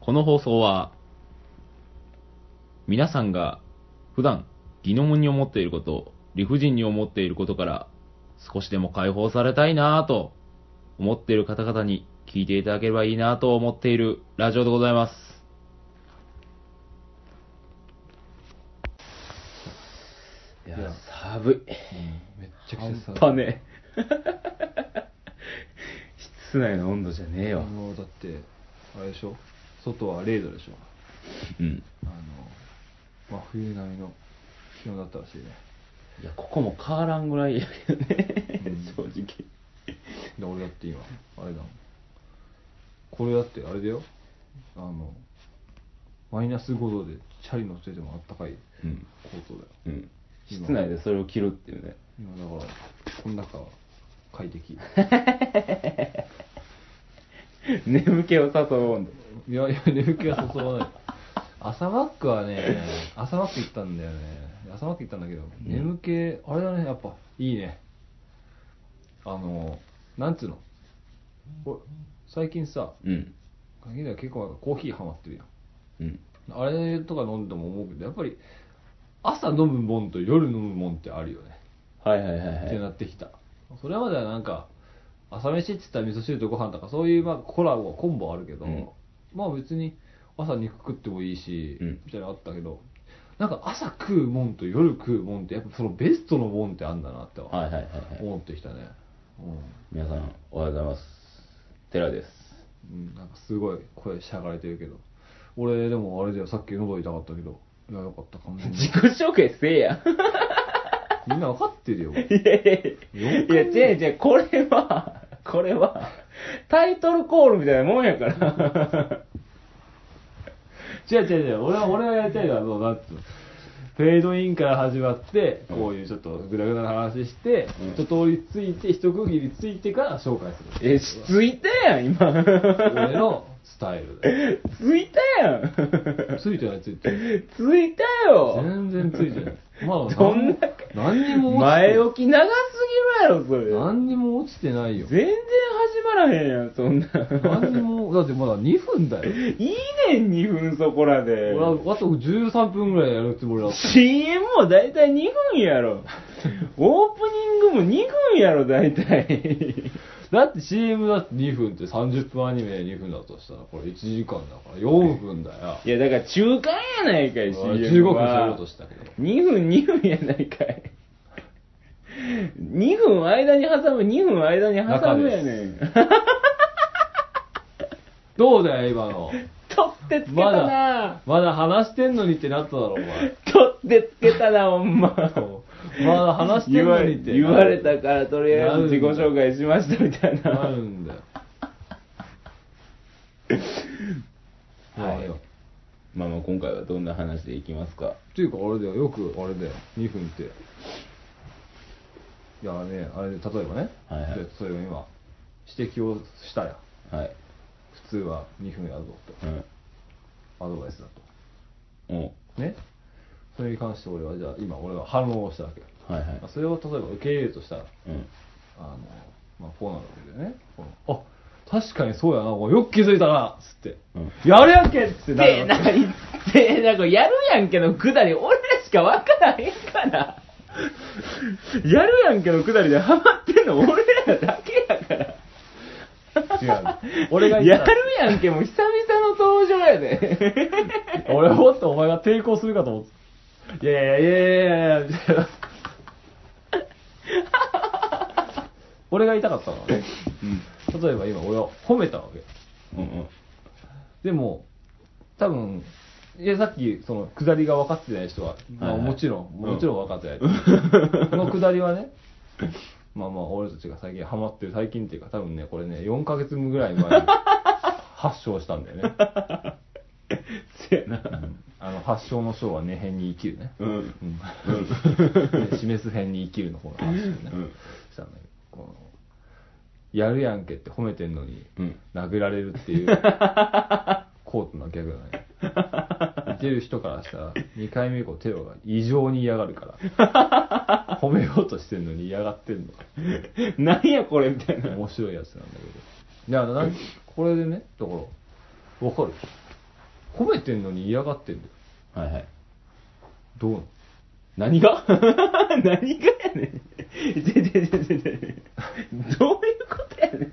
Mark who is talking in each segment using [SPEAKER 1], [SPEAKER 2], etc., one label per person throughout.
[SPEAKER 1] この放送は、皆さんが普段疑問に思っていること、理不尽に思っていることから、少しでも解放されたいなぁと思っている方々に聞いていただければいいなぁと思っているラジオでございます。いや
[SPEAKER 2] いや、
[SPEAKER 1] 寒い。
[SPEAKER 2] めっちゃくちゃ寒い
[SPEAKER 1] 半端ねえ室内の温度じゃねえわ。
[SPEAKER 2] もうだってあれでしょ外は0度でしょ
[SPEAKER 1] うん。
[SPEAKER 2] あの真冬並みの気温だったらしいね
[SPEAKER 1] いや、ここも変わらんぐらいやけどね
[SPEAKER 2] うん、
[SPEAKER 1] 正直。
[SPEAKER 2] で俺だって今あれだもんこれだってあれだよあのマイナス5度でチャリ乗っててもあったかい
[SPEAKER 1] うん。
[SPEAKER 2] コートだよ
[SPEAKER 1] うん。室内でそれを着るっていうね。
[SPEAKER 2] 今だからこの中は快適
[SPEAKER 1] 眠気を誘う温度。
[SPEAKER 2] いやいや眠気が誘わない朝マックはね朝マック行ったんだよね朝マック行ったんだけど、眠気あれだねやっぱいいねあのなんつうのこれ最近さ
[SPEAKER 1] うん。
[SPEAKER 2] 限りは結構なんかコーヒーハマってるやん
[SPEAKER 1] うん。
[SPEAKER 2] あれとか飲んでも思うけどやっぱり朝飲むもんと夜飲むもんってあるよね、
[SPEAKER 1] はいはいはい
[SPEAKER 2] って
[SPEAKER 1] は。
[SPEAKER 2] ないってきたそれまではなんか朝飯って言ったら味噌汁とご飯とかそういうまあコラボコンボあるけど、
[SPEAKER 1] うん
[SPEAKER 2] まあ別に朝肉食ってもいいし、
[SPEAKER 1] うん
[SPEAKER 2] みたいなのあったけどなんか朝食うもんと夜食うもんってやっぱそのベストのもんってあんだなって
[SPEAKER 1] はいはいはいはい。
[SPEAKER 2] 思ってきたね、
[SPEAKER 1] 皆さん、おはようございます。寺です。
[SPEAKER 2] うん、うん、なんかすごい声しゃがれてるけど俺でもあれだよさっき喉痛かったけどいやよかった完全に
[SPEAKER 1] 自己紹介せえや。
[SPEAKER 2] みんなわかってるよ
[SPEAKER 1] いやいやいや、いや違う違う、これは、これは、タイトルコールみたいなもんや から。
[SPEAKER 2] 違う違う違う俺は俺はやりたいのはそうなんつうのフェードインから始まってこういうちょっとグダグダな話して、
[SPEAKER 1] うん
[SPEAKER 2] 一通りついて一区切りついてから紹介する
[SPEAKER 1] え、しついたやん、今。
[SPEAKER 2] 俺のスタイルで
[SPEAKER 1] ついたやん。
[SPEAKER 2] ついてないつ いてない
[SPEAKER 1] ついたよ。
[SPEAKER 2] 全然ついてないまだ
[SPEAKER 1] どんだけ
[SPEAKER 2] 何にも落ちて
[SPEAKER 1] 前置き長すぎるやろ、それ。
[SPEAKER 2] 何にも落ちてないよ
[SPEAKER 1] 全然始まらへんやん、そんな。
[SPEAKER 2] 何にもだってまだ2分だよ
[SPEAKER 1] いいねん、2分そこらで
[SPEAKER 2] 俺。はあと13分ぐらいやるつもりだった
[SPEAKER 1] CM もだいたい2分やろ。オープニングも2分やろ、だいたい。
[SPEAKER 2] だって CM だって2分って30分アニメで2分だとしたらこれ1時間だから4分だよ
[SPEAKER 1] いや、だから中間やないかい、
[SPEAKER 2] 俺は
[SPEAKER 1] CM
[SPEAKER 2] 15分喋ろ
[SPEAKER 1] は
[SPEAKER 2] うと。したけど
[SPEAKER 1] 2分、2分やないかい。2分間に挟む、2分間に挟むやねん。
[SPEAKER 2] どうだよ今の
[SPEAKER 1] 取ってつけた
[SPEAKER 2] ま
[SPEAKER 1] な
[SPEAKER 2] だまだ話してんのにってなっただろ お
[SPEAKER 1] 取
[SPEAKER 2] 前
[SPEAKER 1] ってつけたな、ほんま。
[SPEAKER 2] まだ話してん
[SPEAKER 1] 言わ
[SPEAKER 2] の
[SPEAKER 1] れ
[SPEAKER 2] にって
[SPEAKER 1] 言われたから、とりあえず自己紹介しましたみたい
[SPEAKER 2] な
[SPEAKER 1] な。
[SPEAKER 2] るんだよ
[SPEAKER 1] はい
[SPEAKER 2] はい
[SPEAKER 1] まあまあ、今回はどんな話でいきますか。
[SPEAKER 2] っていうかあれだよよくあれだよ2分っていやねあれ例えばね、
[SPEAKER 1] はいはい
[SPEAKER 2] で例えば今指摘をしたや
[SPEAKER 1] はい。
[SPEAKER 2] 普通は2分やぞと
[SPEAKER 1] うん。
[SPEAKER 2] アドバイスだ
[SPEAKER 1] お
[SPEAKER 2] とねそれに関して俺はじゃあ今俺は反論をしたわけよ
[SPEAKER 1] はいはい
[SPEAKER 2] まあ。それを例えば受け入れるとしたら
[SPEAKER 1] うん。
[SPEAKER 2] あの、まあ、こうなるわけだよね。こうあ確かにそうやな、おいよく気づいたなっつって、
[SPEAKER 1] うん
[SPEAKER 2] やるやんけっつってな
[SPEAKER 1] で、
[SPEAKER 2] る
[SPEAKER 1] な
[SPEAKER 2] わ
[SPEAKER 1] ん
[SPEAKER 2] け
[SPEAKER 1] か、で、なんか、やるやんけのくだり、俺らしかわからへんから。やるやんけのくだりでハマってんの俺らだけやから。
[SPEAKER 2] 違う。俺が言っ
[SPEAKER 1] や
[SPEAKER 2] た
[SPEAKER 1] るやんけも久々の登場やで。
[SPEAKER 2] ら、俺もっとお前が抵抗するかと思って。いやいやいやいやいやみたいな 俺が言いたかったのはね、
[SPEAKER 1] うん。
[SPEAKER 2] 例えば今俺は褒めたわけ。
[SPEAKER 1] うん
[SPEAKER 2] でも、多分、いや、さっき、その、下りが分かってない人は、まあ、
[SPEAKER 1] はいはい
[SPEAKER 2] もちろん、
[SPEAKER 1] うん
[SPEAKER 2] もちろん分かってな い。この下りはね、まあまあ、俺たちが最近ハマってる、最近っていうか、多分ね、これね、4ヶ月ぐらい前 に発症したんだよね。
[SPEAKER 1] せやな。
[SPEAKER 2] あの、発症の症は、ね、変に生きるね。
[SPEAKER 1] うん。
[SPEAKER 2] うん。ね 示す変に生きるの方の発症ね。
[SPEAKER 1] うん
[SPEAKER 2] したんだけど、この、やるやんけって褒めてんのに、
[SPEAKER 1] うん。
[SPEAKER 2] 殴られるっ ていうコートのギャグだね見てる人からしたら2回目以降テロが異常に嫌がるから褒めようとしてるのに嫌がってんの
[SPEAKER 1] なんやこれみたいな。
[SPEAKER 2] 面白いやつなんだけどいやなんこれでねだから分かる褒めてんのに嫌がってんだ
[SPEAKER 1] は
[SPEAKER 2] よ。
[SPEAKER 1] いはい。
[SPEAKER 2] どうなの
[SPEAKER 1] 何が 何がやねん。 ちょちょちょちょちょどういうことやねん。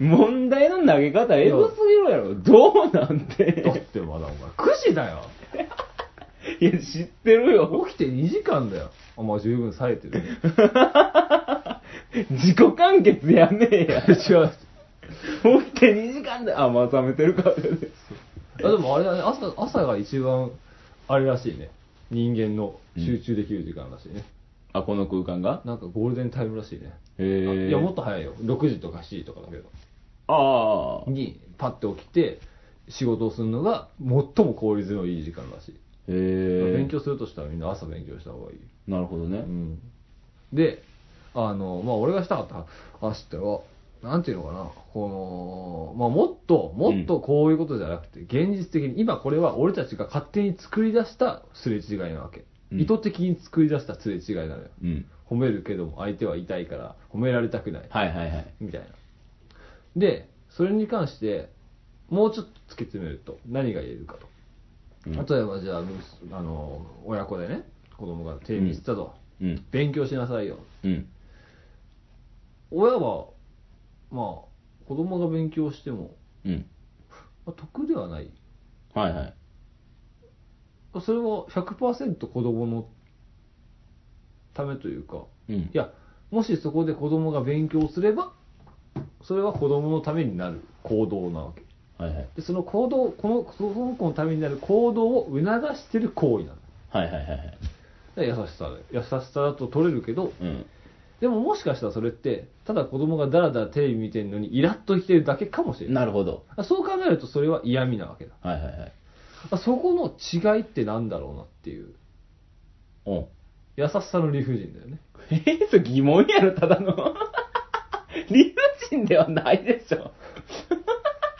[SPEAKER 1] 問題の投げ方エグすぎるやろ。どうなん
[SPEAKER 2] だ
[SPEAKER 1] て。
[SPEAKER 2] ってまだお前、9時だよ
[SPEAKER 1] いや、知ってるよ。
[SPEAKER 2] 起きて2時間だよ。あ、まあ十分冴えて るね。
[SPEAKER 1] 自己完結やめえや。
[SPEAKER 2] 違う。
[SPEAKER 1] 起きて2時間で、あ、まあ冷めてるからね。
[SPEAKER 2] あでもあれだね、朝、朝が一番、あれらしいね。人間の集中できる時間らしいね。
[SPEAKER 1] あ、この空間が
[SPEAKER 2] なんかゴールデンタイムらしいね。
[SPEAKER 1] へえ。
[SPEAKER 2] いや、もっと早いよ。6時とか7時とかだけど。
[SPEAKER 1] ああ。
[SPEAKER 2] に、パッて起きて、仕事をするのが、最も効率のいい時間らしい。
[SPEAKER 1] へえ。
[SPEAKER 2] 勉強するとしたらみんな朝勉強した方がいい。
[SPEAKER 1] なるほどね。
[SPEAKER 2] うん、であのまあ俺がしたかった話ってはなんていうのかなこの、まあ、もっともっとこういうことじゃなくて、現実的に今これは俺たちが勝手に作り出したすれ違いなわけ、
[SPEAKER 1] うん
[SPEAKER 2] 意図的に作り出したすれ違いなのよ
[SPEAKER 1] うん。
[SPEAKER 2] 褒めるけども相手は痛いから褒められたくない
[SPEAKER 1] はいはいはい。
[SPEAKER 2] みたいなでそれに関してもうちょっと突き詰めると何が言えるかと
[SPEAKER 1] うん
[SPEAKER 2] 例えばじゃあむすあの親子でね子供がテレビに行ったと、
[SPEAKER 1] うん。
[SPEAKER 2] 勉強しなさいよ
[SPEAKER 1] うん。
[SPEAKER 2] 親はまあ子供が勉強しても、
[SPEAKER 1] うん。
[SPEAKER 2] まあ、得ではない
[SPEAKER 1] はいはい。
[SPEAKER 2] それは100%子供のためというか
[SPEAKER 1] うん。
[SPEAKER 2] いやもしそこで子供が勉強すればそれは子供のためになる行動なわけ
[SPEAKER 1] はいはい。
[SPEAKER 2] でその行動このその子のためになる行動を促してる行為なの
[SPEAKER 1] はいはいはいはい。
[SPEAKER 2] だから優しさだ優しさだと取れるけど
[SPEAKER 1] うん。
[SPEAKER 2] でももしかしたらそれってただ子供がダラダラテレビ見てるのにイラッときてるだけかもしれない
[SPEAKER 1] なるほど。
[SPEAKER 2] そう考えるとそれは嫌味なわけだ。
[SPEAKER 1] はいはいはい。
[SPEAKER 2] そこの違いってなんだろうなっていう。
[SPEAKER 1] おん。
[SPEAKER 2] 優しさの理不尽だよね。
[SPEAKER 1] えー、それ疑問やろ、ただの。 理不尽ではないでしょ。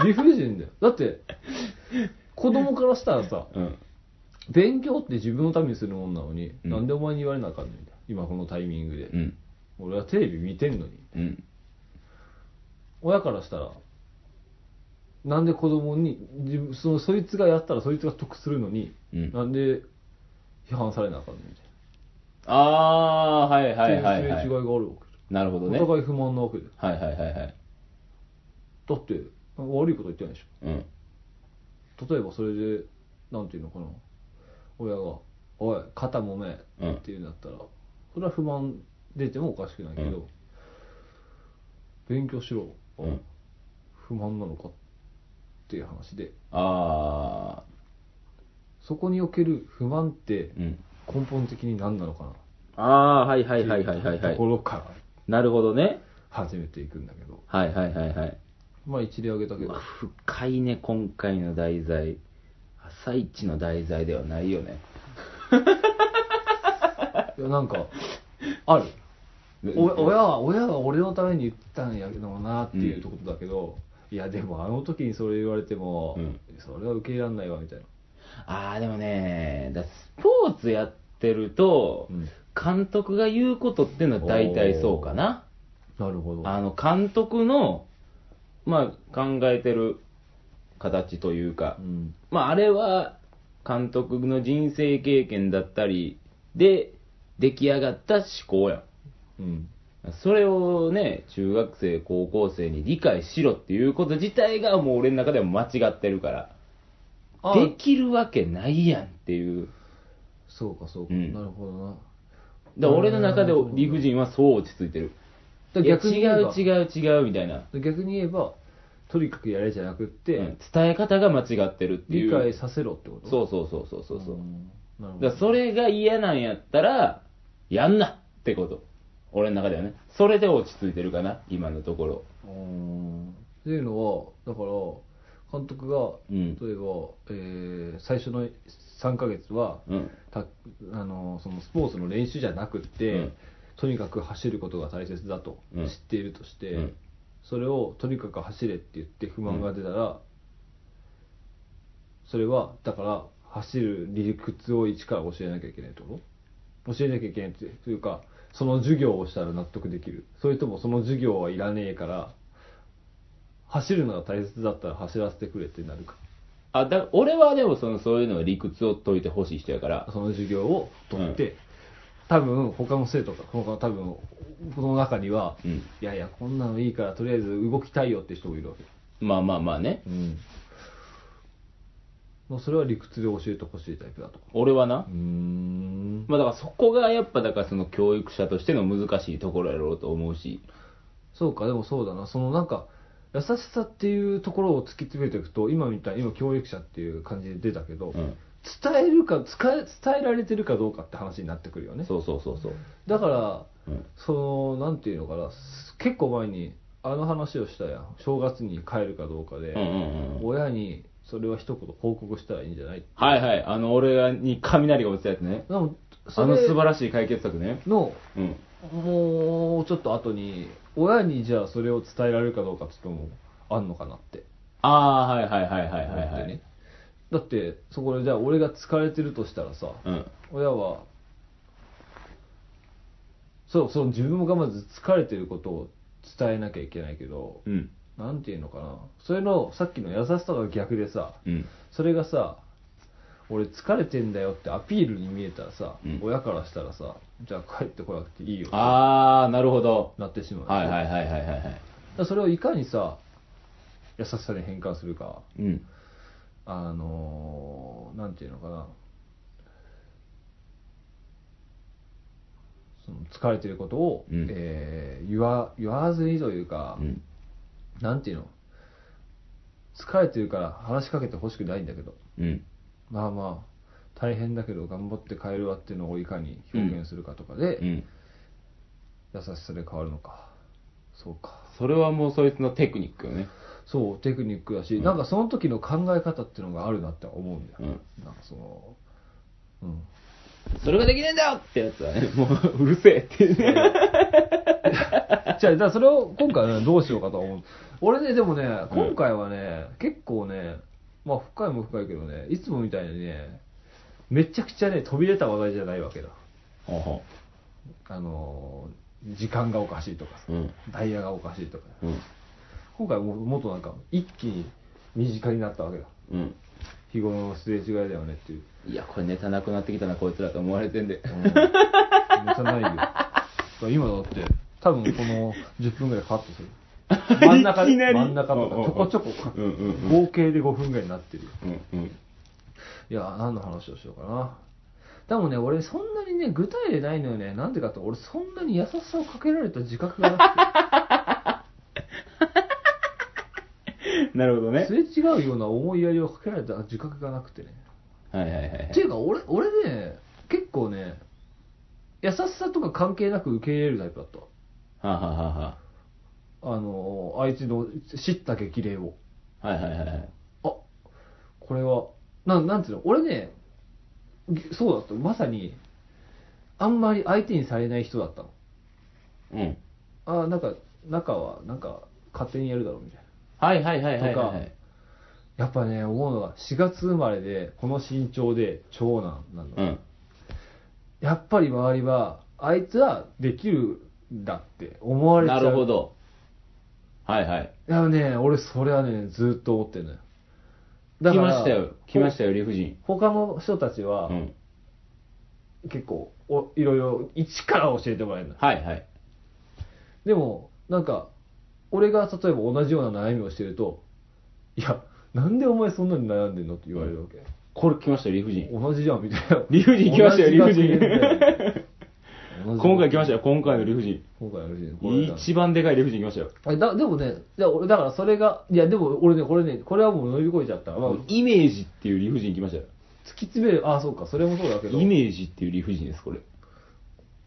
[SPEAKER 2] 理不尽だよ。だって、子供からしたらさ、
[SPEAKER 1] うん。
[SPEAKER 2] 勉強って自分のためにするもんなのに、
[SPEAKER 1] うん
[SPEAKER 2] なんでお前に言われなあかんねんみたいな。今このタイミングで。
[SPEAKER 1] うん。
[SPEAKER 2] 俺はテレビ見てんのに。
[SPEAKER 1] うん。
[SPEAKER 2] 親からしたら、なんで子供に、自分そのそいつがやったらそいつが得するのに、
[SPEAKER 1] うん
[SPEAKER 2] なんで批判されなあかんねんみたい
[SPEAKER 1] あー、はい
[SPEAKER 2] な。
[SPEAKER 1] はいはい、
[SPEAKER 2] そういう違
[SPEAKER 1] はい
[SPEAKER 2] があるわ
[SPEAKER 1] なるほ
[SPEAKER 2] け
[SPEAKER 1] ど
[SPEAKER 2] だ
[SPEAKER 1] ね。
[SPEAKER 2] よ。お互い不満なわけで。
[SPEAKER 1] はいはいはいはい。
[SPEAKER 2] だって悪いこと言ってないでし
[SPEAKER 1] うん。
[SPEAKER 2] ょ例えばそれでなんていうのかな親が「おい肩もめ」
[SPEAKER 1] うん
[SPEAKER 2] っていうんだったら、それは不満出てもおかしくないけど、
[SPEAKER 1] うん
[SPEAKER 2] 勉強しろ、
[SPEAKER 1] うん
[SPEAKER 2] 不満なのかっていう話で
[SPEAKER 1] あ
[SPEAKER 2] そこにおける不満って
[SPEAKER 1] ー。うん。
[SPEAKER 2] 根本的に何なのかな
[SPEAKER 1] あー、はいはいはいはいはい、
[SPEAKER 2] って
[SPEAKER 1] は
[SPEAKER 2] いうとこ
[SPEAKER 1] い。
[SPEAKER 2] ろから
[SPEAKER 1] なるほどね。
[SPEAKER 2] 始めていくんだけど
[SPEAKER 1] はいはいはいはい。
[SPEAKER 2] まあ一例挙げたけ
[SPEAKER 1] う
[SPEAKER 2] ど
[SPEAKER 1] わ深いね、今回の題材。朝一の題材ではないよね。
[SPEAKER 2] いやなんかあるお親は親は俺のために言ったんやけどもなっていうところだけど、いやでもあの時にそれ言われても、
[SPEAKER 1] うん
[SPEAKER 2] それは受け入れられないわみたいな、
[SPEAKER 1] ああ、でもね、だスポーツやってると、監督が言うことってのは大体そうかな。
[SPEAKER 2] なるほど
[SPEAKER 1] あの、監督の、まあ、考えてる形というか
[SPEAKER 2] う、ん
[SPEAKER 1] まあ、あれは、監督の人生経験だったり、で、出来上がった思考やん。
[SPEAKER 2] うん
[SPEAKER 1] それをね、中学生、高校生に理解しろっていうこと自体がもう俺の中でも間違ってるから、
[SPEAKER 2] あ
[SPEAKER 1] できるわけないやんっていう。
[SPEAKER 2] そうかそうか、
[SPEAKER 1] うん
[SPEAKER 2] なるほどな
[SPEAKER 1] だから俺の中で理不尽はそう落ち着いてる。
[SPEAKER 2] だ
[SPEAKER 1] いや
[SPEAKER 2] 逆に言え
[SPEAKER 1] 違
[SPEAKER 2] ば
[SPEAKER 1] う違う違うみたいな。
[SPEAKER 2] 逆に言えばとにかくやれじゃなくって、
[SPEAKER 1] うん伝え方が間違ってるっていう。
[SPEAKER 2] 理解させろってこと
[SPEAKER 1] そうそうそうそうそう。うん
[SPEAKER 2] なるほ
[SPEAKER 1] だ
[SPEAKER 2] ど
[SPEAKER 1] からそれが嫌なんやったら、やんなってこと。俺の中ではね。それで落ち着いてるかな、今のところ。
[SPEAKER 2] うんっていうのはだから監督が
[SPEAKER 1] うん
[SPEAKER 2] 例えば、えー最初の3ヶ月は、
[SPEAKER 1] うん。
[SPEAKER 2] たあのそのスポーツの練習じゃなくって、
[SPEAKER 1] うん
[SPEAKER 2] とにかく走ることが大切だと
[SPEAKER 1] うん
[SPEAKER 2] 知っているとして、
[SPEAKER 1] うん
[SPEAKER 2] それをとにかく走れって言って不満が出たら、それはだから走る理屈を一から教えなきゃいけないってこと教えなきゃいけないってというかその授業をしたら納得できるそれともその授業はいらねえから走るのが大切だったら走らせてくれってなるか
[SPEAKER 1] あ、だ、俺はでもその、そういうのは理屈を解いてほしい人やから。
[SPEAKER 2] その授業を取って、多分他の生徒とか他の多分この中には、
[SPEAKER 1] うん
[SPEAKER 2] いやいやこんなのいいからとりあえず動きたいよって人もいるわけ、
[SPEAKER 1] まあまあまあね。
[SPEAKER 2] うんまあ、それは理屈で教えてほしいタイプだと
[SPEAKER 1] 俺はな
[SPEAKER 2] うー。ん
[SPEAKER 1] まあだからそこがやっぱ、だからその教育者としての難しいところやろうと思うし。
[SPEAKER 2] そうかでもそうだなそのなんか優しさっていうところを突き詰めていくと今みたいに今教育者っていう感じで出たけ
[SPEAKER 1] う
[SPEAKER 2] ど、
[SPEAKER 1] ん。
[SPEAKER 2] 伝えるか使え伝えられてるかどうかって話になってくるよね
[SPEAKER 1] そうそうそうそう。
[SPEAKER 2] だから
[SPEAKER 1] うん。
[SPEAKER 2] そのなんていうのかなす結構前にあの話をしたやん正月に帰るかどうかで、
[SPEAKER 1] うんうんうん。
[SPEAKER 2] 親にそれは一言報告したらいいんじゃない
[SPEAKER 1] はいはい。あの、俺に雷が落ちたやつね。
[SPEAKER 2] でも
[SPEAKER 1] あの素晴
[SPEAKER 2] ら
[SPEAKER 1] らしい解決策ね。
[SPEAKER 2] の
[SPEAKER 1] うん。
[SPEAKER 2] もうちょっと後に親にじゃあそれを伝えられるかどうかっていうのもあんのかなって
[SPEAKER 1] ああー、はいはいはいはいはい、は
[SPEAKER 2] 思って
[SPEAKER 1] い
[SPEAKER 2] ね。だってそこでじゃあ俺が疲れてるとしたらさ、
[SPEAKER 1] うん。
[SPEAKER 2] 親はそうそう自分もがまず疲れてることを伝えなきゃいけないけど、
[SPEAKER 1] うん。
[SPEAKER 2] なんていうのかなそれのさっきの優しさが逆でさ
[SPEAKER 1] うん。
[SPEAKER 2] それがさ俺疲れてんだよってアピールに見えたらさ、
[SPEAKER 1] うん
[SPEAKER 2] 親からしたらさじゃあ帰ってこなくていいよって
[SPEAKER 1] ああ、なるほど。
[SPEAKER 2] なってしまう、
[SPEAKER 1] はいはい
[SPEAKER 2] だか
[SPEAKER 1] はいはいはいはい。
[SPEAKER 2] らそれをいかにさ優しさに変換するか
[SPEAKER 1] うん。
[SPEAKER 2] あのーなんていうのかなその疲れてることを、
[SPEAKER 1] うん
[SPEAKER 2] えー言わ言わずにというか、
[SPEAKER 1] うん。
[SPEAKER 2] なんていうの疲れてるから話しかけてほしくないんだけど
[SPEAKER 1] うん。
[SPEAKER 2] まあまあ大変だけど頑張って帰るわっていうのをいかに表現するかとかで、
[SPEAKER 1] うん。
[SPEAKER 2] 優しさで変わるのかそうか
[SPEAKER 1] それはもうそいつのテクニックよね。
[SPEAKER 2] そうテクニックだし、
[SPEAKER 1] うん
[SPEAKER 2] なんかその時の考え方っていうのがあるなって思うんだよ、
[SPEAKER 1] うん
[SPEAKER 2] なんかそのうん
[SPEAKER 1] それができねえんだよってやつはね、 もううるせえっていうね。
[SPEAKER 2] じゃあ、だからそれを今回はね、どうしようかと思う。俺ね、でもね、今回はね、結構ね、まあ深いも深いけどね、いつもみたいにね、めちゃくちゃね、飛び出た話題じゃないわけだ。
[SPEAKER 1] ほうほ
[SPEAKER 2] あのー、時間がおかしいとかさ
[SPEAKER 1] う。うん。
[SPEAKER 2] ダイヤがおかしいとか。
[SPEAKER 1] うん。
[SPEAKER 2] 今回ももっとなんか、一気に身近になったわけだ。
[SPEAKER 1] うん。
[SPEAKER 2] 日頃のすれ違いだよねっていう。
[SPEAKER 1] いや、これネタなくなってきたな、こいつらと思われてんで。
[SPEAKER 2] うん、めっちゃないよ。だから今だって、多分この10分ぐらいカットする。真ん中で
[SPEAKER 1] いきなり
[SPEAKER 2] 真ん中とか、
[SPEAKER 1] うんうん
[SPEAKER 2] ちょこちょこ、
[SPEAKER 1] うんうんうん
[SPEAKER 2] 合計で5分ぐらいになってるよ。
[SPEAKER 1] うんうん。
[SPEAKER 2] いや、何の話をしようかな。でもね、俺、そんなにね、具体例ないのよね。なんでかって、俺、そんなに優しさをかけられた自覚がな
[SPEAKER 1] なるほど
[SPEAKER 2] くて、
[SPEAKER 1] ね
[SPEAKER 2] す。れ違うような思いやりをかけられた自覚がなくてね。
[SPEAKER 1] はいはいはいは
[SPEAKER 2] ってい
[SPEAKER 1] い。
[SPEAKER 2] うか、俺、俺ね、結構ね、優しさとか関係なく受け入れるタイプだったわ。
[SPEAKER 1] はあはあは
[SPEAKER 2] あの、あいつの知った激励を。
[SPEAKER 1] あはあはいはいはいはい。
[SPEAKER 2] あこれはなんなんつうの俺ねぎそうだったまさにあんまり相手にされない人だったの
[SPEAKER 1] うん。
[SPEAKER 2] あーなんか中はなんか勝手にやるだろうみたい
[SPEAKER 1] はいはいはいはいはいは
[SPEAKER 2] と
[SPEAKER 1] い。
[SPEAKER 2] なやっぱね思うのが4月生まれでこの身長で長男なの、
[SPEAKER 1] うん。
[SPEAKER 2] やっぱり周りはあいつはできるんだって思われちゃ
[SPEAKER 1] な
[SPEAKER 2] う
[SPEAKER 1] るほど。はいはい。
[SPEAKER 2] いやね俺それはねずっと思ってんのよ
[SPEAKER 1] 来ましたよ。来ましたよ、理不尽。
[SPEAKER 2] ほ他の人たちは、
[SPEAKER 1] うん。
[SPEAKER 2] 結構おいろいろ一から教えてもらえるの
[SPEAKER 1] はいはい。
[SPEAKER 2] でもなんか俺が例えば同じような悩みをしてると「いやなんでお前そんなに悩んでんの?」って言われるわけ、
[SPEAKER 1] これ来ましたよ、理不尽。
[SPEAKER 2] 同じじゃんみたいな
[SPEAKER 1] 理不尽来ましたよ、理不尽。今回来ました
[SPEAKER 2] よ
[SPEAKER 1] よ、今回の理不尽。
[SPEAKER 2] 今回の理不尽これだ
[SPEAKER 1] 一番でかい理不尽来ましたよ。
[SPEAKER 2] あだでもねいや俺だからそれがいやでも俺ねこれねこれはもう乗り越えちゃった、まあ、突
[SPEAKER 1] イメージっていう理不尽来ましたよ。
[SPEAKER 2] き詰めるあそうかそれもそうだけど
[SPEAKER 1] イメージっていう理不尽です、これ。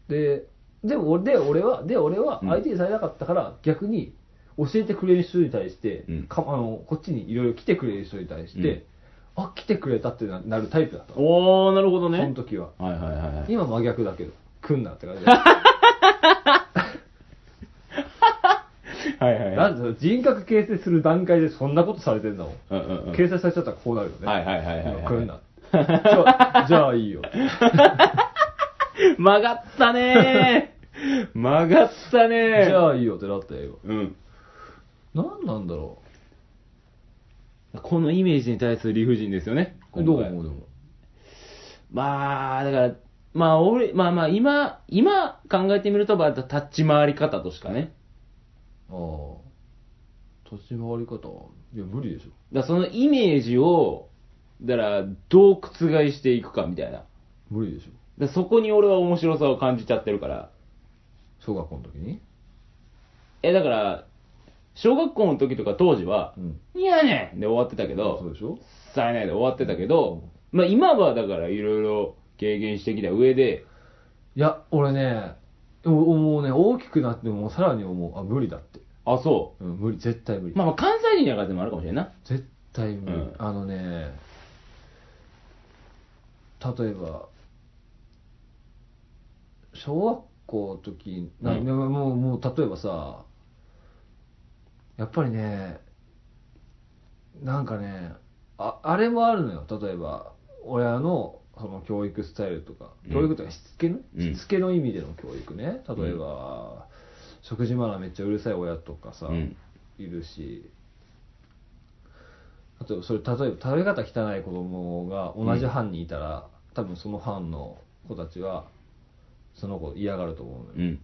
[SPEAKER 2] ででも俺で俺はで俺は
[SPEAKER 1] うん
[SPEAKER 2] 相手にされなかったから、逆に教えてくれる人に対して、
[SPEAKER 1] うん
[SPEAKER 2] かあのこっちにいろいろ来てくれる人に対して、あ来てくれたってななるタイプだった、
[SPEAKER 1] おー、なるほど
[SPEAKER 2] その時は
[SPEAKER 1] はいはいはいはい。
[SPEAKER 2] 今真逆だけど来んなって感 じだ
[SPEAKER 1] はいはいは。
[SPEAKER 2] ないんで人格形成する段階でそんなことされてんだもん、
[SPEAKER 1] うんうんうん
[SPEAKER 2] 形成されちゃったらこうなるよね、
[SPEAKER 1] はいはいはいはいはい
[SPEAKER 2] 来 んなじゃあじゃあいいよ
[SPEAKER 1] 曲がったねー 曲がった
[SPEAKER 2] じ
[SPEAKER 1] ねー
[SPEAKER 2] ゃあいいよってなったよ
[SPEAKER 1] うん。
[SPEAKER 2] 今何なんだろう
[SPEAKER 1] このイメージに対する理不尽ですよね。
[SPEAKER 2] ど
[SPEAKER 1] 今
[SPEAKER 2] う
[SPEAKER 1] 回
[SPEAKER 2] 思うでも。
[SPEAKER 1] まあ、だから、まあ、俺、まあまあ、今、今考えてみると、まあ、立ち回り方としかね。
[SPEAKER 2] ああ。立ち回り方いや、無理でしょ。
[SPEAKER 1] だからそのイメージを、だから、どう覆していくかみたいな。
[SPEAKER 2] 無理でしょ。
[SPEAKER 1] だからそこに俺は面白さを感じちゃってるから。
[SPEAKER 2] 小学校の時に
[SPEAKER 1] え、だから、小学校の時とか当時は
[SPEAKER 2] う、ん。
[SPEAKER 1] いやねんで終わってたけ
[SPEAKER 2] そう
[SPEAKER 1] ど、
[SPEAKER 2] でしょ
[SPEAKER 1] さえないで終わってたけど、まあ今はだからいろいろ経験してきた上で、
[SPEAKER 2] いや、俺ね、おもうね、大きくなってもさらに思う。あ、無理だって。
[SPEAKER 1] あ、そ
[SPEAKER 2] うん、無理、絶対無理。
[SPEAKER 1] う。まあまあ関西人だからでもあるかもしれんな。
[SPEAKER 2] 絶対無理、
[SPEAKER 1] うん
[SPEAKER 2] あのね例えば小学校の時、な
[SPEAKER 1] うん
[SPEAKER 2] もうもう例えばさやっぱりねなんかねああれもあるのよ例えば親のその教育スタイルとか
[SPEAKER 1] うん
[SPEAKER 2] 教育とかしつけの、
[SPEAKER 1] うん
[SPEAKER 2] しつけの意味での教育ね例えば、食事マナーめっちゃうるさい親とかさ、
[SPEAKER 1] うん
[SPEAKER 2] いるしあとそれ例えば食べ方汚い子供が同じ班にいたら、多分その班の子たちはその子嫌がると思うのよ、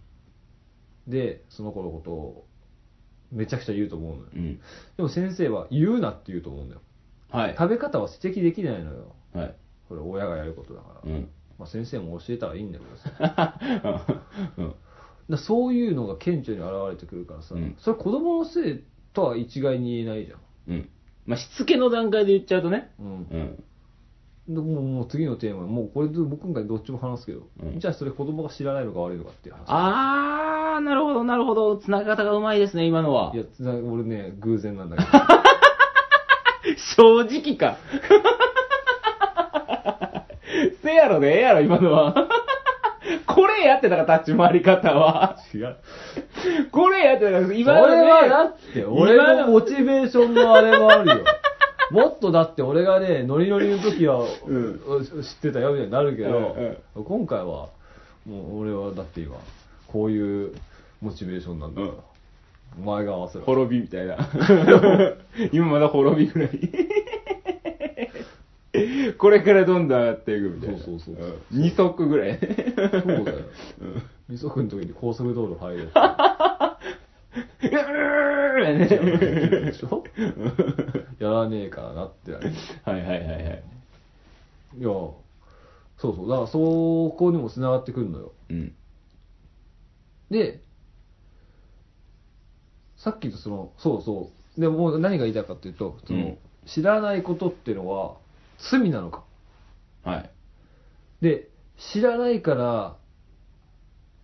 [SPEAKER 1] うん。
[SPEAKER 2] でその子のことをめちゃくちゃ言うと思うのよ
[SPEAKER 1] うん。
[SPEAKER 2] でも先生は言うなって言うと思うんだよ
[SPEAKER 1] はい。
[SPEAKER 2] 食べ方は指摘できないのよ
[SPEAKER 1] はい。
[SPEAKER 2] これ親がやることだから、
[SPEAKER 1] うん。
[SPEAKER 2] まあ、先生も教えたらいいんだけどさだか
[SPEAKER 1] うん。
[SPEAKER 2] らそういうのが顕著に現れてくるからさ、
[SPEAKER 1] うん
[SPEAKER 2] それ子供のせいとは一概に言えないじゃ
[SPEAKER 1] う
[SPEAKER 2] ん
[SPEAKER 1] ん。まあ、しつけの段階で言っちゃうとね。
[SPEAKER 2] うん
[SPEAKER 1] うん。
[SPEAKER 2] でもうもう次のテーマ、もうこれ、僕今回どっちも話すけど、
[SPEAKER 1] うん
[SPEAKER 2] じゃあそれ子供が知らないのか悪いのかっていう話。。
[SPEAKER 1] あー、なるほど、なるほど。繋ぎ方がうまいですね、今のはい
[SPEAKER 2] や、つな俺ね、偶然なんだけど。
[SPEAKER 1] 正直か。 せやろでええやろ、今のは。 これやってたから、立ち回り方は。
[SPEAKER 2] 違 う。
[SPEAKER 1] これやってたから、
[SPEAKER 2] それ
[SPEAKER 1] 今のね
[SPEAKER 2] はだって、俺
[SPEAKER 1] 今
[SPEAKER 2] のモチベーションのあれもあるよ。 もっとだって俺がね、ノリノリの時は、
[SPEAKER 1] うん
[SPEAKER 2] お知ってたよみたいになるけど、
[SPEAKER 1] う
[SPEAKER 2] 今回は、もう俺はだって今、こういうモチベーションなんだから、お前が合わせろ。
[SPEAKER 1] 滅びみたいな。 今まだ滅びぐらい。 これからどんどん上がっていくみたいな。
[SPEAKER 2] そうそうそうそう
[SPEAKER 1] 2足ぐら い。
[SPEAKER 2] そうだよ。二足の時に高速道路入れって。
[SPEAKER 1] うーん
[SPEAKER 2] でしょ やらねえからなってなる
[SPEAKER 1] はいはいはいはい。
[SPEAKER 2] いや、そうそう。だから、そこにも繋がってくるのよ。
[SPEAKER 1] うん。
[SPEAKER 2] で、さっきとその、そうそう。でも、何が言いたいかっていうと、その、
[SPEAKER 1] うん
[SPEAKER 2] 知らないことっていうのは、罪なのか。
[SPEAKER 1] はい。
[SPEAKER 2] で、知らないから、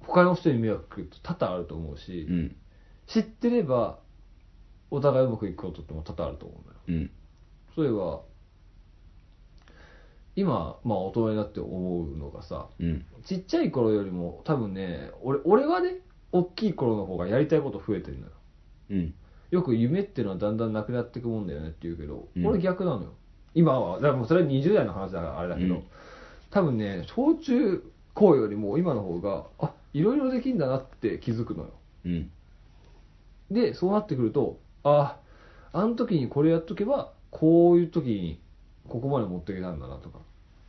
[SPEAKER 2] 他の人に迷惑かけるって多々あると思うし、
[SPEAKER 1] うん。
[SPEAKER 2] 知ってれば、お互いうまくいくことっても多々あると思うのよ。
[SPEAKER 1] うん。
[SPEAKER 2] そういえば、今、まあ、大人になって思うのがさ、
[SPEAKER 1] うん。
[SPEAKER 2] ちっちゃい頃よりも多分ね俺俺はね大きい頃の方がやりたいこと増えてるのよ
[SPEAKER 1] うん。
[SPEAKER 2] よく夢っていうのはだんだんなくなっていくもんだよねって言うけど、
[SPEAKER 1] うん
[SPEAKER 2] 俺逆なのよ今はだからもうそれは20代の話だからあれだけど、
[SPEAKER 1] うん
[SPEAKER 2] 多分ね小中高よりも今の方があいろいろできるんだなって気づくのよ
[SPEAKER 1] うん。
[SPEAKER 2] でそうなってくるとああの時にこれやっとけばこういう時にここまで持っていけたんだなとか、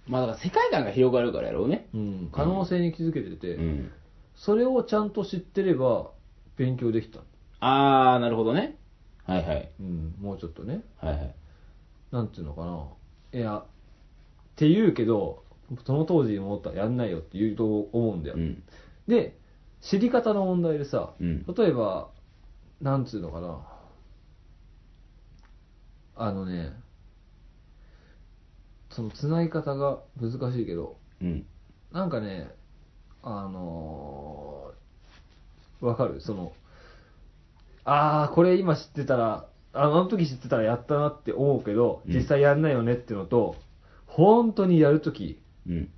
[SPEAKER 1] まあだから世界観が広がるからやろうね。
[SPEAKER 2] うん、可能性に気づけてて、
[SPEAKER 1] うん。
[SPEAKER 2] それをちゃんと知ってれば勉強できた、
[SPEAKER 1] あー、なるほどね。はいはい。
[SPEAKER 2] うん、もうちょっとね
[SPEAKER 1] はいはい。
[SPEAKER 2] なんていうのかないやって言うけどその当時に戻ったらやんないよって言うと思うんだよ、
[SPEAKER 1] うん。
[SPEAKER 2] で知り方の問題でさ
[SPEAKER 1] うん。
[SPEAKER 2] 例えばなんていうのかなあのねその繋ぎ方が難しいけど
[SPEAKER 1] うん。
[SPEAKER 2] なんかね、あのーわかるその、ああ、これ今知ってたら、あのあの時知ってたらやったなって思うけど、
[SPEAKER 1] うん
[SPEAKER 2] 実際やんないよねってのと、本当にやるとき、
[SPEAKER 1] うん。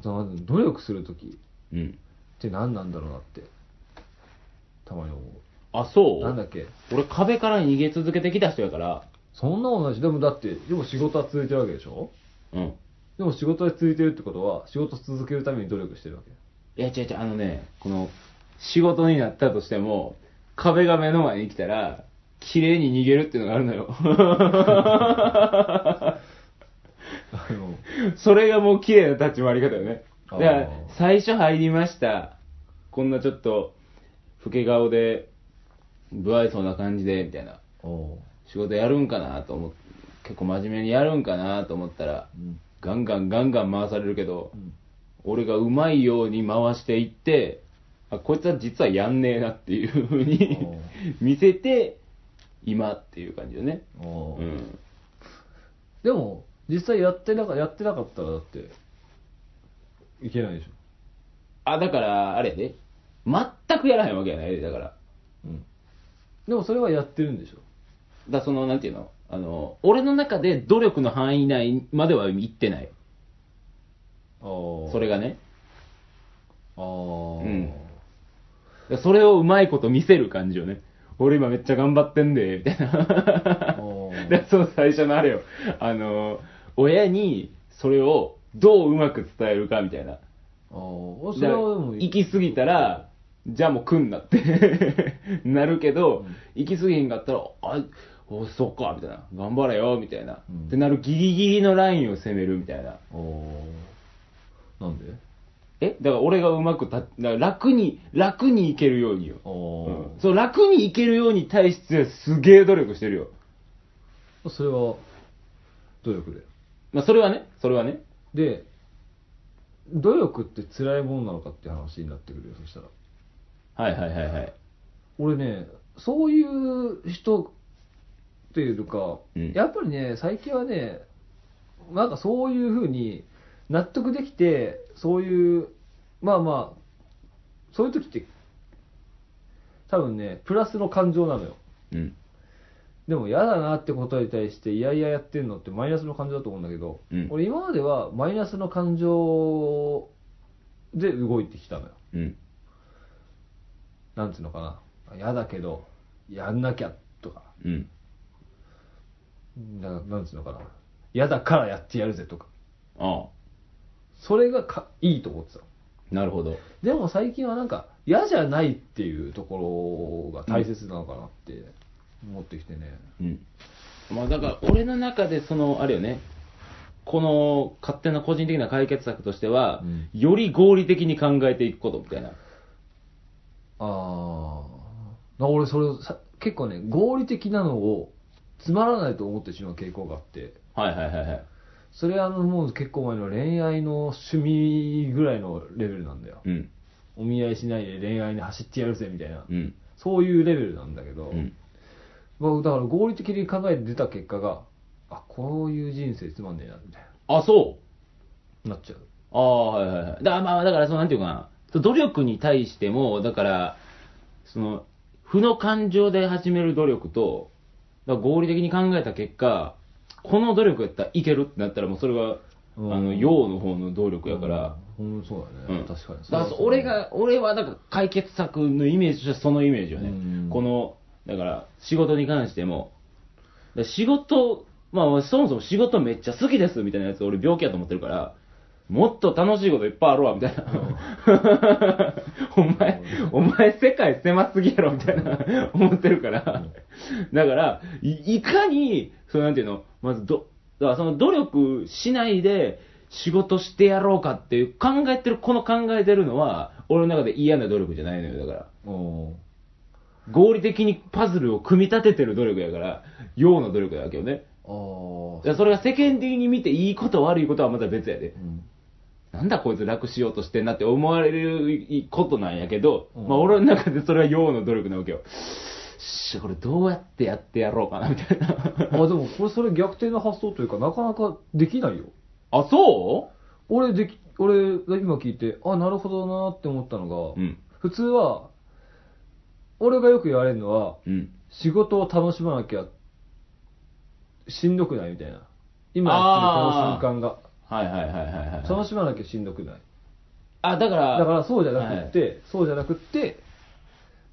[SPEAKER 2] その努力するときっ
[SPEAKER 1] うん。
[SPEAKER 2] て何なんだろうなって、たまに思う。
[SPEAKER 1] あ、そう
[SPEAKER 2] なんだっけ
[SPEAKER 1] 俺壁から逃げ続けてきた人やから。
[SPEAKER 2] そんな同じ。でもだって、でも仕事は続いてるわけでしょ
[SPEAKER 1] うん。
[SPEAKER 2] でも仕事は続いてるってことは、仕事続けるために努力してるわけ。
[SPEAKER 1] いや違う違う、あのね、この、仕事になったとしても、壁が目の前に来たら、綺麗に逃げるっていうのがあるの よ。
[SPEAKER 2] あ の、
[SPEAKER 1] それがもう綺麗な立ち回り方よね。だ
[SPEAKER 2] あー
[SPEAKER 1] から、最初入りました。こんなちょっと、老け顔で、不愛想な感じで、みたいな。
[SPEAKER 2] おう
[SPEAKER 1] 仕事やるんかなと思って、結構真面目にやるんかなと思ったら、
[SPEAKER 2] うん。
[SPEAKER 1] ガンガンガンガン回されるけど
[SPEAKER 2] う、ん
[SPEAKER 1] 俺がうまいように回していって、あ、こいつは実はやんねえなっていうふうに
[SPEAKER 2] おう
[SPEAKER 1] 見せて、今っていう感じよね。
[SPEAKER 2] おう
[SPEAKER 1] うん。
[SPEAKER 2] でも、実際やってなかやってなかったらだって、いけないでしょ。
[SPEAKER 1] あ、だから、あれやで。全くやらへんわけやないで、だから。だか
[SPEAKER 2] うん。でもそれはやってるんでしょ。
[SPEAKER 1] らその、なんていうのあの、俺の中で努力の範囲内までは行ってない。
[SPEAKER 2] ああ。
[SPEAKER 1] それがね。
[SPEAKER 2] ああ。
[SPEAKER 1] んだからそれをうまいこと見せる感じよね。俺今めっちゃ頑張ってんで、みたいな。
[SPEAKER 2] お ー
[SPEAKER 1] だからその最初のあれよ。あの、親にそれをどううまく伝えるかみたいな。
[SPEAKER 2] ああ。それはでも
[SPEAKER 1] 行き過ぎたら、じゃあもう来んなって なるけど、
[SPEAKER 2] うん
[SPEAKER 1] 行き過ぎへんかったら、あ、おそっか、みたいな。頑張れよ、みたいな、
[SPEAKER 2] うん
[SPEAKER 1] ってなるギリギリのラインを攻めるみたいな。
[SPEAKER 2] おお。なんで
[SPEAKER 1] えだから俺がうまくた、だから楽に、楽に行けるようによ。
[SPEAKER 2] ああ、
[SPEAKER 1] うんそう、楽に行けるように対してすげえ努力してるよ。
[SPEAKER 2] それは、努力で。
[SPEAKER 1] まあ、それはね、それはね。
[SPEAKER 2] で、努力って辛いものなのかって話になってくるよ、そしたら。
[SPEAKER 1] はいはいはいはい。
[SPEAKER 2] 俺ね、そういう人っていうか、
[SPEAKER 1] うん
[SPEAKER 2] やっぱりね、最近はね、なんかそういうふうに納得できて、そういう、まあまあ、そういう時って、多分ね、プラスの感情なのよ。
[SPEAKER 1] うん。
[SPEAKER 2] でも嫌だなってことに対して、いやいややってんのってマイナスの感情だと思うんだけど、
[SPEAKER 1] うん
[SPEAKER 2] 俺今まではマイナスの感情で動いてきたのよ。
[SPEAKER 1] うん。
[SPEAKER 2] なんていうのかな。嫌だけど、やんなきゃとか、
[SPEAKER 1] うん。
[SPEAKER 2] ななんていうのかな。嫌だからやってやるぜとか。
[SPEAKER 1] あ
[SPEAKER 2] それがかいいと思ってたの。
[SPEAKER 1] あ、なるほど。
[SPEAKER 2] でも最近はなんか、嫌じゃないっていうところが大切なのかなって思ってきてね。
[SPEAKER 1] うん。まあだから俺の中でその、あれよね、この勝手な個人的な解決策としては、
[SPEAKER 2] うん
[SPEAKER 1] より合理的に考えていくことみたいな。
[SPEAKER 2] ああ、俺それをさ結構ね、合理的なのをつまらないと思ってしまう傾向があって、
[SPEAKER 1] はいはいはいはい。
[SPEAKER 2] それあのもう結構前の恋愛の趣味ぐらいのレベルなんだよ。
[SPEAKER 1] うん。
[SPEAKER 2] お見合いしないで恋愛に走ってやるぜみたいな、
[SPEAKER 1] うん。
[SPEAKER 2] そういうレベルなんだけ
[SPEAKER 1] う
[SPEAKER 2] ど、
[SPEAKER 1] ん。
[SPEAKER 2] まあ、だから合理的に考えて出た結果が、あ、こういう人生つまんねえな、みたい
[SPEAKER 1] あ、そう。
[SPEAKER 2] な、なっちゃう。
[SPEAKER 1] ああ、はいはいはい。だからまあ、だから、その、なんていうかな、その努力に対しても、だから、その、負の感情で始める努力と、だから合理的に考えた結果、この努力やったらいけるってなったら、もうそれは、
[SPEAKER 2] うん
[SPEAKER 1] あの、陽の方の努力やから、
[SPEAKER 2] うん、そうだね、
[SPEAKER 1] うん
[SPEAKER 2] 確かに。
[SPEAKER 1] だからそう俺が、俺はだから解決策のイメージとしてはそのイメージよね。
[SPEAKER 2] うん
[SPEAKER 1] この、だから仕事に関しても、だから仕事、まあそもそも仕事めっちゃ好きですみたいなやつ俺病気やと思ってるから、もっと楽しいこといっぱいあるわ、みたいな。お前、お前世界狭すぎやろ、みたいな思ってるから。だから、いいかに、そのなんていうの、まずど、だからその努力しないで仕事してやろうかっていう考えてる、この考えてるのは、俺の中で嫌な努力じゃないのよ、だから。
[SPEAKER 2] おー
[SPEAKER 1] 合理的にパズルを組み立ててる努力やから、用の努力だわけよね。
[SPEAKER 2] あー
[SPEAKER 1] だからそれが世間的に見ていいこと悪いことはまた別やで
[SPEAKER 2] う。ん
[SPEAKER 1] なんだこいつ楽しようとしてんなって思われることなんやけど、
[SPEAKER 2] うん
[SPEAKER 1] まあ俺の中でそれは用の努力なわけよ。し、これどうやってやってやろうかなみたいな。
[SPEAKER 2] あでもこれそれ逆転の発想というかなかなかできないよ
[SPEAKER 1] あ、そ
[SPEAKER 2] 俺でき俺が今聞いてあなるほどなって思ったの
[SPEAKER 1] う
[SPEAKER 2] が、
[SPEAKER 1] うん。
[SPEAKER 2] 普通は俺がよく言われるのは
[SPEAKER 1] うん。
[SPEAKER 2] 仕事を楽しまなきゃしんどくないみたいな今やってるこの瞬間が
[SPEAKER 1] はいはいはいはいはい。
[SPEAKER 2] 楽しまなきゃしんどくない
[SPEAKER 1] あ、だから、
[SPEAKER 2] だからそうじゃなくって、そうじゃなくって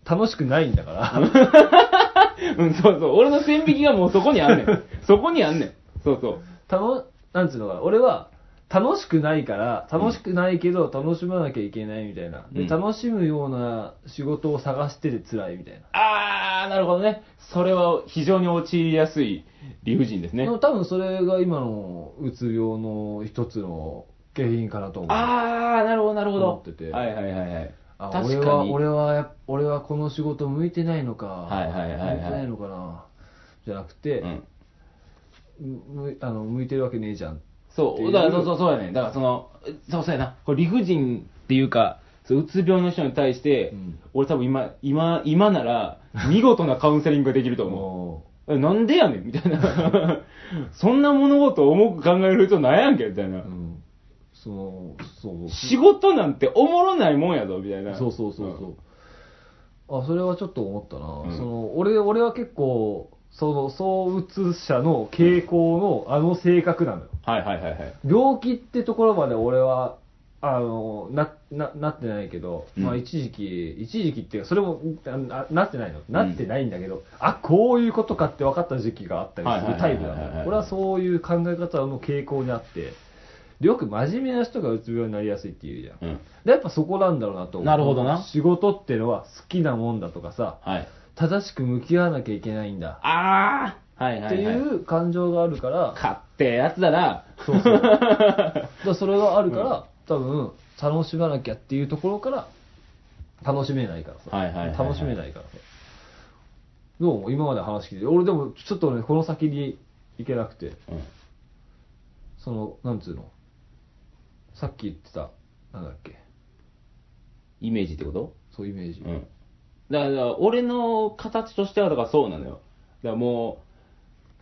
[SPEAKER 2] 楽しくないんだから
[SPEAKER 1] うん、そうそう。俺の 線引きがもうそこにあんねん。そこにあんねん。そうそう。
[SPEAKER 2] たのなんつうのかな俺は楽しくないから、楽しくないけど楽しまなきゃいけないみたいな。で
[SPEAKER 1] うん
[SPEAKER 2] 楽しむような仕事を探してて辛いみたいな。
[SPEAKER 1] あー、なるほどね。それは非常に陥りやすい理不尽ですね
[SPEAKER 2] で。も多分それが今のうつ病の一つの原因かなと思う。
[SPEAKER 1] あー、なるほど、なるほど。
[SPEAKER 2] 思ってて
[SPEAKER 1] はいはいはいはい。
[SPEAKER 2] あ
[SPEAKER 1] 確かに
[SPEAKER 2] 俺は、俺はやっ、俺はこの仕事向いてないのか。
[SPEAKER 1] はいはいはいはい
[SPEAKER 2] 向いてないのかな。じゃなくて、
[SPEAKER 1] うん
[SPEAKER 2] むあの向いてるわけねえじゃん。
[SPEAKER 1] そ、
[SPEAKER 2] っていうう
[SPEAKER 1] だからそうそうそうやね。だからその、そうそうやな。これ理不尽っていうか、そううつ病の人に対して、
[SPEAKER 2] うん
[SPEAKER 1] 俺多分今、今、今なら、見事なカウンセリングができると思う。
[SPEAKER 2] も、
[SPEAKER 1] えなんでやねんみたいな。 そんな物事を重く考える人なんやんけみたいうな
[SPEAKER 2] う。ん、その、そう。
[SPEAKER 1] 仕事なんておもろないもんやぞ、みたいな。
[SPEAKER 2] そうそうそうそう。あ、それはちょっと思ったな。
[SPEAKER 1] うん
[SPEAKER 2] その、俺、俺は結構、その、躁うつ者の傾向の、あの性格なのよ。
[SPEAKER 1] うん。はいはいはいはい。
[SPEAKER 2] 病気ってところまで俺は、あの、な、な、なってないけど、
[SPEAKER 1] うん
[SPEAKER 2] まあ一時期、一時期っていうか、それもなな、なってないの。なってないんだけど、あ、こういうことかって分かった時期があったりするタイプな
[SPEAKER 1] はいはいはいはいは
[SPEAKER 2] のよ。
[SPEAKER 1] い
[SPEAKER 2] 俺はそういう考え方の傾向にあって、でよく真面目な人がうつ病になりやすいっていうじゃん。
[SPEAKER 1] うん。
[SPEAKER 2] でやっぱそこなんだろうなと思う
[SPEAKER 1] なるほどな
[SPEAKER 2] 仕事ってのは好きなもんだとかさ、
[SPEAKER 1] はい。
[SPEAKER 2] 正しく向き合わなきゃいけないんだ。
[SPEAKER 1] あーはい
[SPEAKER 2] っ
[SPEAKER 1] は
[SPEAKER 2] て
[SPEAKER 1] いはい。
[SPEAKER 2] いう感情があるから、
[SPEAKER 1] 勝手やつだな。
[SPEAKER 2] そう そう。だからそれがあるから、多分、楽しまなきゃっていうところから、楽しめないからさ。
[SPEAKER 1] はいはいはいはい
[SPEAKER 2] 楽しめないからさ。どうも、今まで話聞いて、俺でも、ちょっとね、この先に行けなくて、
[SPEAKER 1] うん
[SPEAKER 2] その、なんつうの、さっき言ってた、なんだっけ、
[SPEAKER 1] イメージってこと
[SPEAKER 2] そういうイメージ。
[SPEAKER 1] うん。だからだから、俺の形としては、だからそうなのよ。だからも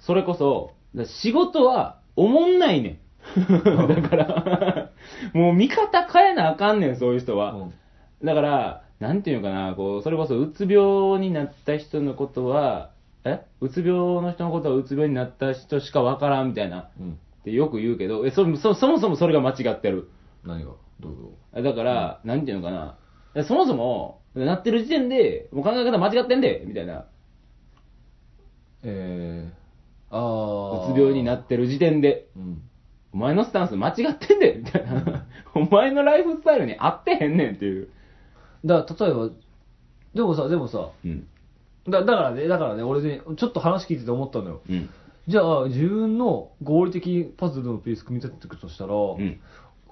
[SPEAKER 1] う、それこそ、だから仕事は、おもんない ねん。だから、もう見方変えなあかんねん、そういう人は。
[SPEAKER 2] うん
[SPEAKER 1] だから、なんていうのかな、こう、それこそ、うつ病になった人のことは、えうつ病の人のことは、うつ病になった人しかわからんみたいな、
[SPEAKER 2] うん。
[SPEAKER 1] ってよく言うけど、えそそそもそもそれが間違ってる。
[SPEAKER 2] 何がどうぞ。
[SPEAKER 1] だから、なんていうのかな、そもそも、なってる時点で、もう考え方間違ってんで、みたいな。
[SPEAKER 2] えー、あー。
[SPEAKER 1] うつ病になってる時点で、
[SPEAKER 2] うん。
[SPEAKER 1] お前のスタンス間違ってんで、みたいな。 お前のライフスタイルに合ってへんねんっていう。
[SPEAKER 2] だから、例えば、でもさ、でもさ、
[SPEAKER 1] うん。
[SPEAKER 2] だだからね、だからね、俺ね、ちょっと話聞いてて思ったのよ。
[SPEAKER 1] うん。
[SPEAKER 2] じゃあ、自分の合理的パズルのピース組み立てていくとしたら、
[SPEAKER 1] うん。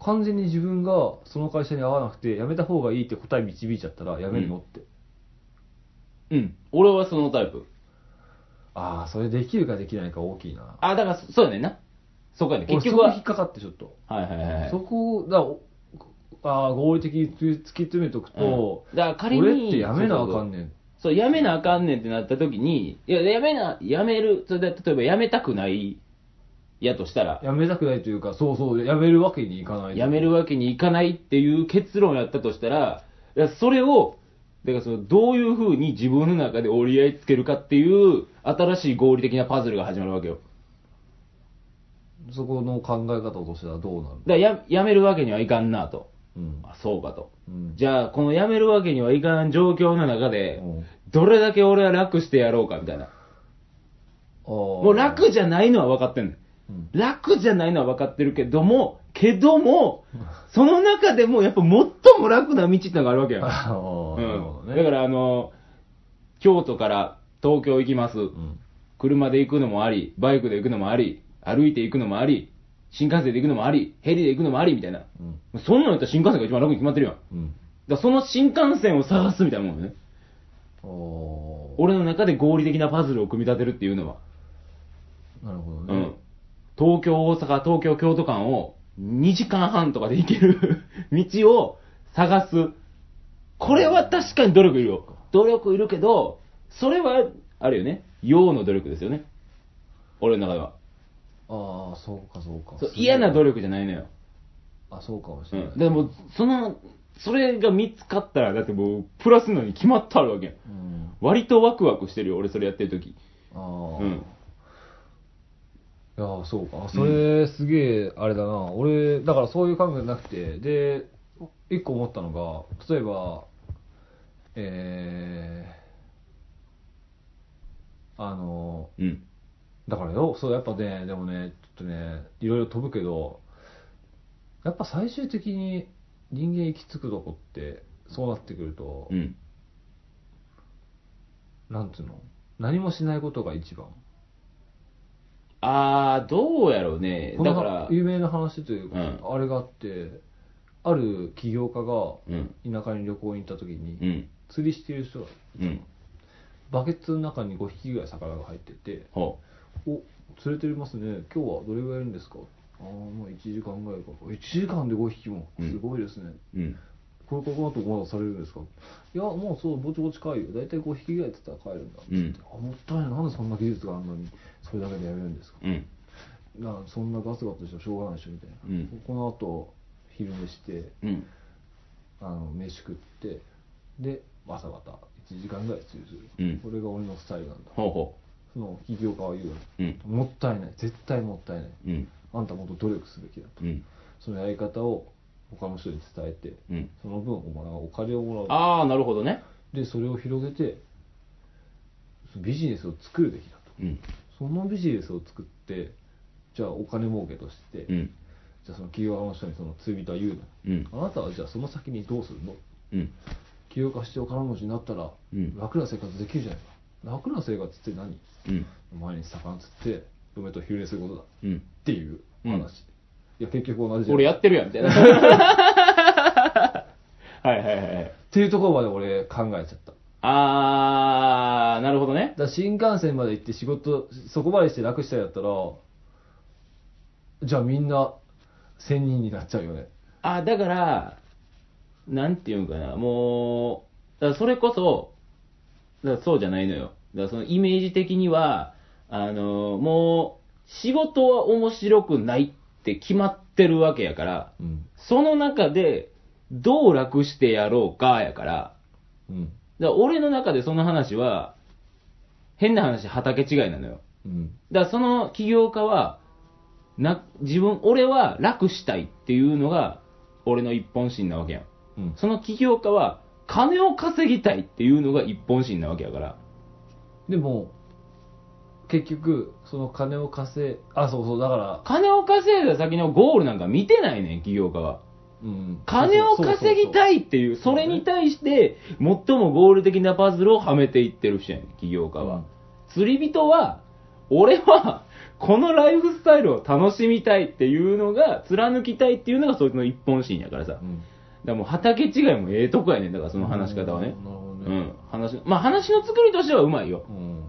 [SPEAKER 2] 完全に自分がその会社に合わなくて、辞めた方がいいって答え導いちゃったら、辞めるのって。
[SPEAKER 1] うん。俺はそのタイプ。
[SPEAKER 2] ああ、それできるかできないか大きいな。
[SPEAKER 1] あ、だから、そそうやねんな。そうかね。
[SPEAKER 2] 俺
[SPEAKER 1] 結局
[SPEAKER 2] そこ
[SPEAKER 1] は。
[SPEAKER 2] 引っかかって、ちょっと。
[SPEAKER 1] はいはいはいはい
[SPEAKER 2] そ。こ、だおああ、合理的に突き詰めとくと、
[SPEAKER 1] うんだから仮に
[SPEAKER 2] 俺って辞めなあかんねん。
[SPEAKER 1] そう、やめなあかんねんってなった時に、いや、やめな、やめる。それで、例えばやめたくない、やとしたら、
[SPEAKER 2] 辞めたくないというか、そうそう、辞めるわけにいかない。
[SPEAKER 1] やめるわけにいかないっていう結論やったとしたら、だからそれを、だからその、どういうふうに自分の中で折り合いつけるかっていう、新しい合理的なパズルが始まるわけよ。
[SPEAKER 2] そこの考え方としてはどうなる
[SPEAKER 1] だからや、やめるわけにはいかんなと。
[SPEAKER 2] うん。
[SPEAKER 1] あ、そうかと。
[SPEAKER 2] うん
[SPEAKER 1] じゃあ、このやめるわけにはいかん状況の中で
[SPEAKER 2] うん、
[SPEAKER 1] どれだけ俺は楽してやろうかみたいな。
[SPEAKER 2] も
[SPEAKER 1] もう楽じゃないのは分かってんね
[SPEAKER 2] うん
[SPEAKER 1] ん。楽じゃないのは分かってるけども、けども、その中でもやっぱ最も楽な道ってのがあるわけや。
[SPEAKER 2] あーなるほ
[SPEAKER 1] うん。
[SPEAKER 2] ど
[SPEAKER 1] だか
[SPEAKER 2] ね。
[SPEAKER 1] らあの、京都から東京行きます。
[SPEAKER 2] うん
[SPEAKER 1] 車で行くのもあり、バイクで行くのもあり、歩いて行くのもあり、新幹線で行くのもあり、ヘリで行くのもありみたいな。
[SPEAKER 2] うん
[SPEAKER 1] そんなんやったら新幹線が一番楽に決まってるやん。だか
[SPEAKER 2] うん
[SPEAKER 1] らその新幹線を探すみたいなもんね。
[SPEAKER 2] おー
[SPEAKER 1] 俺の中で合理的なパズルを組み立てるっていうのは。
[SPEAKER 2] なるほど
[SPEAKER 1] う
[SPEAKER 2] ね
[SPEAKER 1] ん。。東京、大阪、東京、京都間を2時間半とかで行ける 道を探す。これは確かに努力いるよ。努力いるけど、それは、あるよね。用の努力ですよね。俺の中では。
[SPEAKER 2] ああ、そうかそうか。
[SPEAKER 1] そう
[SPEAKER 2] すごい
[SPEAKER 1] 嫌な努力じゃないのよ。
[SPEAKER 2] あ、そうかもし
[SPEAKER 1] う。
[SPEAKER 2] れなんい。
[SPEAKER 1] でも、その、それが見つかったら、だってもう、プラスのに決まってあるわけやん。
[SPEAKER 2] うん。
[SPEAKER 1] 割とワクワクしてるよ、俺それやってる時。
[SPEAKER 2] ああ
[SPEAKER 1] う。ん。
[SPEAKER 2] いやーそうか。あそれ、すげえ、あれだな。俺、だからそういう考えなくて、で、一個思ったのが、例えば、えー、あの、
[SPEAKER 1] うん。
[SPEAKER 2] だからよ、そう、やっぱね、でもね、ちょっとね、いろいろ飛ぶけど、やっぱ最終的に人間行き着くとこってそうなってくると、
[SPEAKER 1] うん。
[SPEAKER 2] なんつうの何もしないことが一番
[SPEAKER 1] あー、どうやろうね。
[SPEAKER 2] こ
[SPEAKER 1] だ
[SPEAKER 2] の
[SPEAKER 1] から、
[SPEAKER 2] 有名な話という
[SPEAKER 1] う
[SPEAKER 2] か、
[SPEAKER 1] ん
[SPEAKER 2] あれがあってある起業家
[SPEAKER 1] うん。
[SPEAKER 2] が田舎に旅行に行った時に、
[SPEAKER 1] うん。
[SPEAKER 2] 釣りしてる人が
[SPEAKER 1] うん。
[SPEAKER 2] バケツの中に5匹ぐらい魚が入ってて
[SPEAKER 1] ほ
[SPEAKER 2] 「お釣れてますね今日はどれぐらいいるんですか?」ああもう1時間ぐらいか1時間で5匹も
[SPEAKER 1] うん
[SPEAKER 2] すごいですね、
[SPEAKER 1] う。うん。
[SPEAKER 2] これここだとまだされるんですかいやもうそうぼちぼち帰るよ大体5匹ぐらいだったら帰るんだって言って、あもったいないなんでそんな技術があんのにそれだけでやれるんですか
[SPEAKER 1] うん。
[SPEAKER 2] なそんなガツガツしてもしょうがないでしょみたいな、
[SPEAKER 1] うん
[SPEAKER 2] この後昼寝して
[SPEAKER 1] うん。
[SPEAKER 2] あの飯食ってで朝方1時間ぐらい釣りする、
[SPEAKER 1] うん
[SPEAKER 2] これが俺のスタイルなんだ
[SPEAKER 1] ほうほ
[SPEAKER 2] その起業家は言うわ
[SPEAKER 1] う。うん
[SPEAKER 2] け。もったいない絶対もったいない
[SPEAKER 1] うん。
[SPEAKER 2] あんたもっと努力すべきだと
[SPEAKER 1] うん。
[SPEAKER 2] そのやり方を他の人に伝えて
[SPEAKER 1] うん。
[SPEAKER 2] その分お前はお金をもらう
[SPEAKER 1] あー、なるほどね。
[SPEAKER 2] でそれを広げてビジネスを作るべきだと
[SPEAKER 1] うん。
[SPEAKER 2] そのビジネスを作ってじゃあお金儲けとして、
[SPEAKER 1] うん。
[SPEAKER 2] じゃあその企業家の人にその釣り人は言う
[SPEAKER 1] うん。
[SPEAKER 2] のあなたはじゃあその先にどうするの
[SPEAKER 1] うん。
[SPEAKER 2] 起業家してお金持ちになったら
[SPEAKER 1] うん
[SPEAKER 2] 楽な生活できるじゃないか、楽な生活って何
[SPEAKER 1] うん。
[SPEAKER 2] 毎日魚釣って嫁と昼寝することだっ
[SPEAKER 1] うん。
[SPEAKER 2] ていう話、
[SPEAKER 1] うん
[SPEAKER 2] いや結局同じじゃん
[SPEAKER 1] 俺やってるやん、みたいな。 はいはいはい。
[SPEAKER 2] っていうところまで俺考えちゃった
[SPEAKER 1] あー、なるほどね。
[SPEAKER 2] だから新幹線まで行って仕事そこまでして楽したいだったらじゃあみんな仙人になっちゃうよね
[SPEAKER 1] あ、だから、なんていうんかな、もう、だからそれこそ、だからそうじゃないのよ。だからそのイメージ的には、あの、もう、仕事は面白くないって決まってるわけやから、
[SPEAKER 2] うん
[SPEAKER 1] その中で、どう楽してやろうかやから、だか
[SPEAKER 2] うん
[SPEAKER 1] ら俺の中でその話は、変な話、畑違いなのよ。
[SPEAKER 2] うん
[SPEAKER 1] だからその起業家はな自分俺は楽したいっていうのが俺の一本心なわけやん
[SPEAKER 2] うん
[SPEAKER 1] その起業家は金を稼ぎたいっていうのが一本心なわけやから
[SPEAKER 2] でも結局その金を稼いあそうそうだから、
[SPEAKER 1] 金を稼いだ先のゴールなんか見てないねん起業家は
[SPEAKER 2] うん、
[SPEAKER 1] 金を稼ぎた
[SPEAKER 2] い
[SPEAKER 1] いっていう
[SPEAKER 2] そ
[SPEAKER 1] そう
[SPEAKER 2] そ
[SPEAKER 1] れ
[SPEAKER 2] う
[SPEAKER 1] に対して最もゴール的なパズルをはめていってる人やねん起業家は、釣り人は、俺は、このライフスタイルを楽しみたいっていうのが、貫きたいっていうのが、そいつの一本心やからさ。だからもう畑違いもええとこやねん、だからその話し方はね
[SPEAKER 2] な。るほど
[SPEAKER 1] う
[SPEAKER 2] ね
[SPEAKER 1] ん。話の、まあ話の作りとしてはうまいよ。
[SPEAKER 2] うん、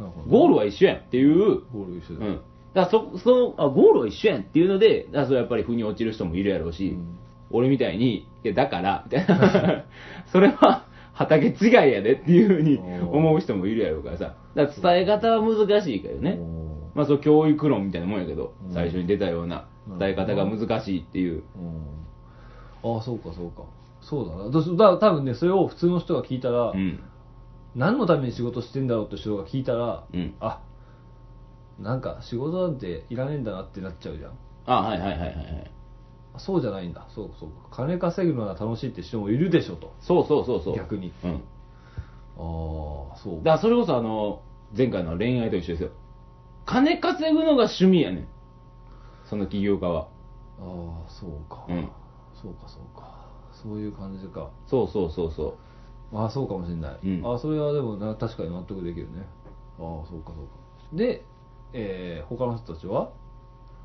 [SPEAKER 2] なるほど
[SPEAKER 1] ゴールは一緒やんっていう、
[SPEAKER 2] ゴール一
[SPEAKER 1] う
[SPEAKER 2] 緒
[SPEAKER 1] ん。
[SPEAKER 2] だ
[SPEAKER 1] だ
[SPEAKER 2] よ、
[SPEAKER 1] からそ、その、あ、ゴールは一緒やんっていうので、だからそれやっぱり腑に落ちる人もいるやろうし、
[SPEAKER 2] うん
[SPEAKER 1] 俺みたいに、いや、だから、みたいな。 それは、畑違いやでっていうふうに思う人もいるやろうからさ。だから伝え方は難しいからね。
[SPEAKER 2] お
[SPEAKER 1] まあ、そう教育論みたいなもんやけど、
[SPEAKER 2] うん
[SPEAKER 1] 最初に出たような伝え方が難しいっていう、
[SPEAKER 2] ーうんあそうかそうかそうだなだだ多分ねそれを普通の人が聞いたら、
[SPEAKER 1] うん、
[SPEAKER 2] 何のために仕事してんだろうって人が聞いたら、
[SPEAKER 1] うん
[SPEAKER 2] あなんか仕事なんていらねえんだなってなっちゃうじゃん
[SPEAKER 1] あはいはいはいはいはい
[SPEAKER 2] あそうじゃないんだそうそう金稼ぐのが楽しいって人もいるでしょと
[SPEAKER 1] そうそうそうそう
[SPEAKER 2] 逆に
[SPEAKER 1] うん、
[SPEAKER 2] ああそ
[SPEAKER 1] だ
[SPEAKER 2] う
[SPEAKER 1] からそれこそあの前回の恋愛と一緒ですよ金稼ぐのが趣味やねんその起業家は
[SPEAKER 2] ああそうか、
[SPEAKER 1] うん
[SPEAKER 2] そうかそうかそういう感じか
[SPEAKER 1] そうそうそうそ
[SPEAKER 2] ああそうかもしれない、
[SPEAKER 1] うん
[SPEAKER 2] ああそれはでもな確かに納得できるねああそうかそうかで、えー他の人たちは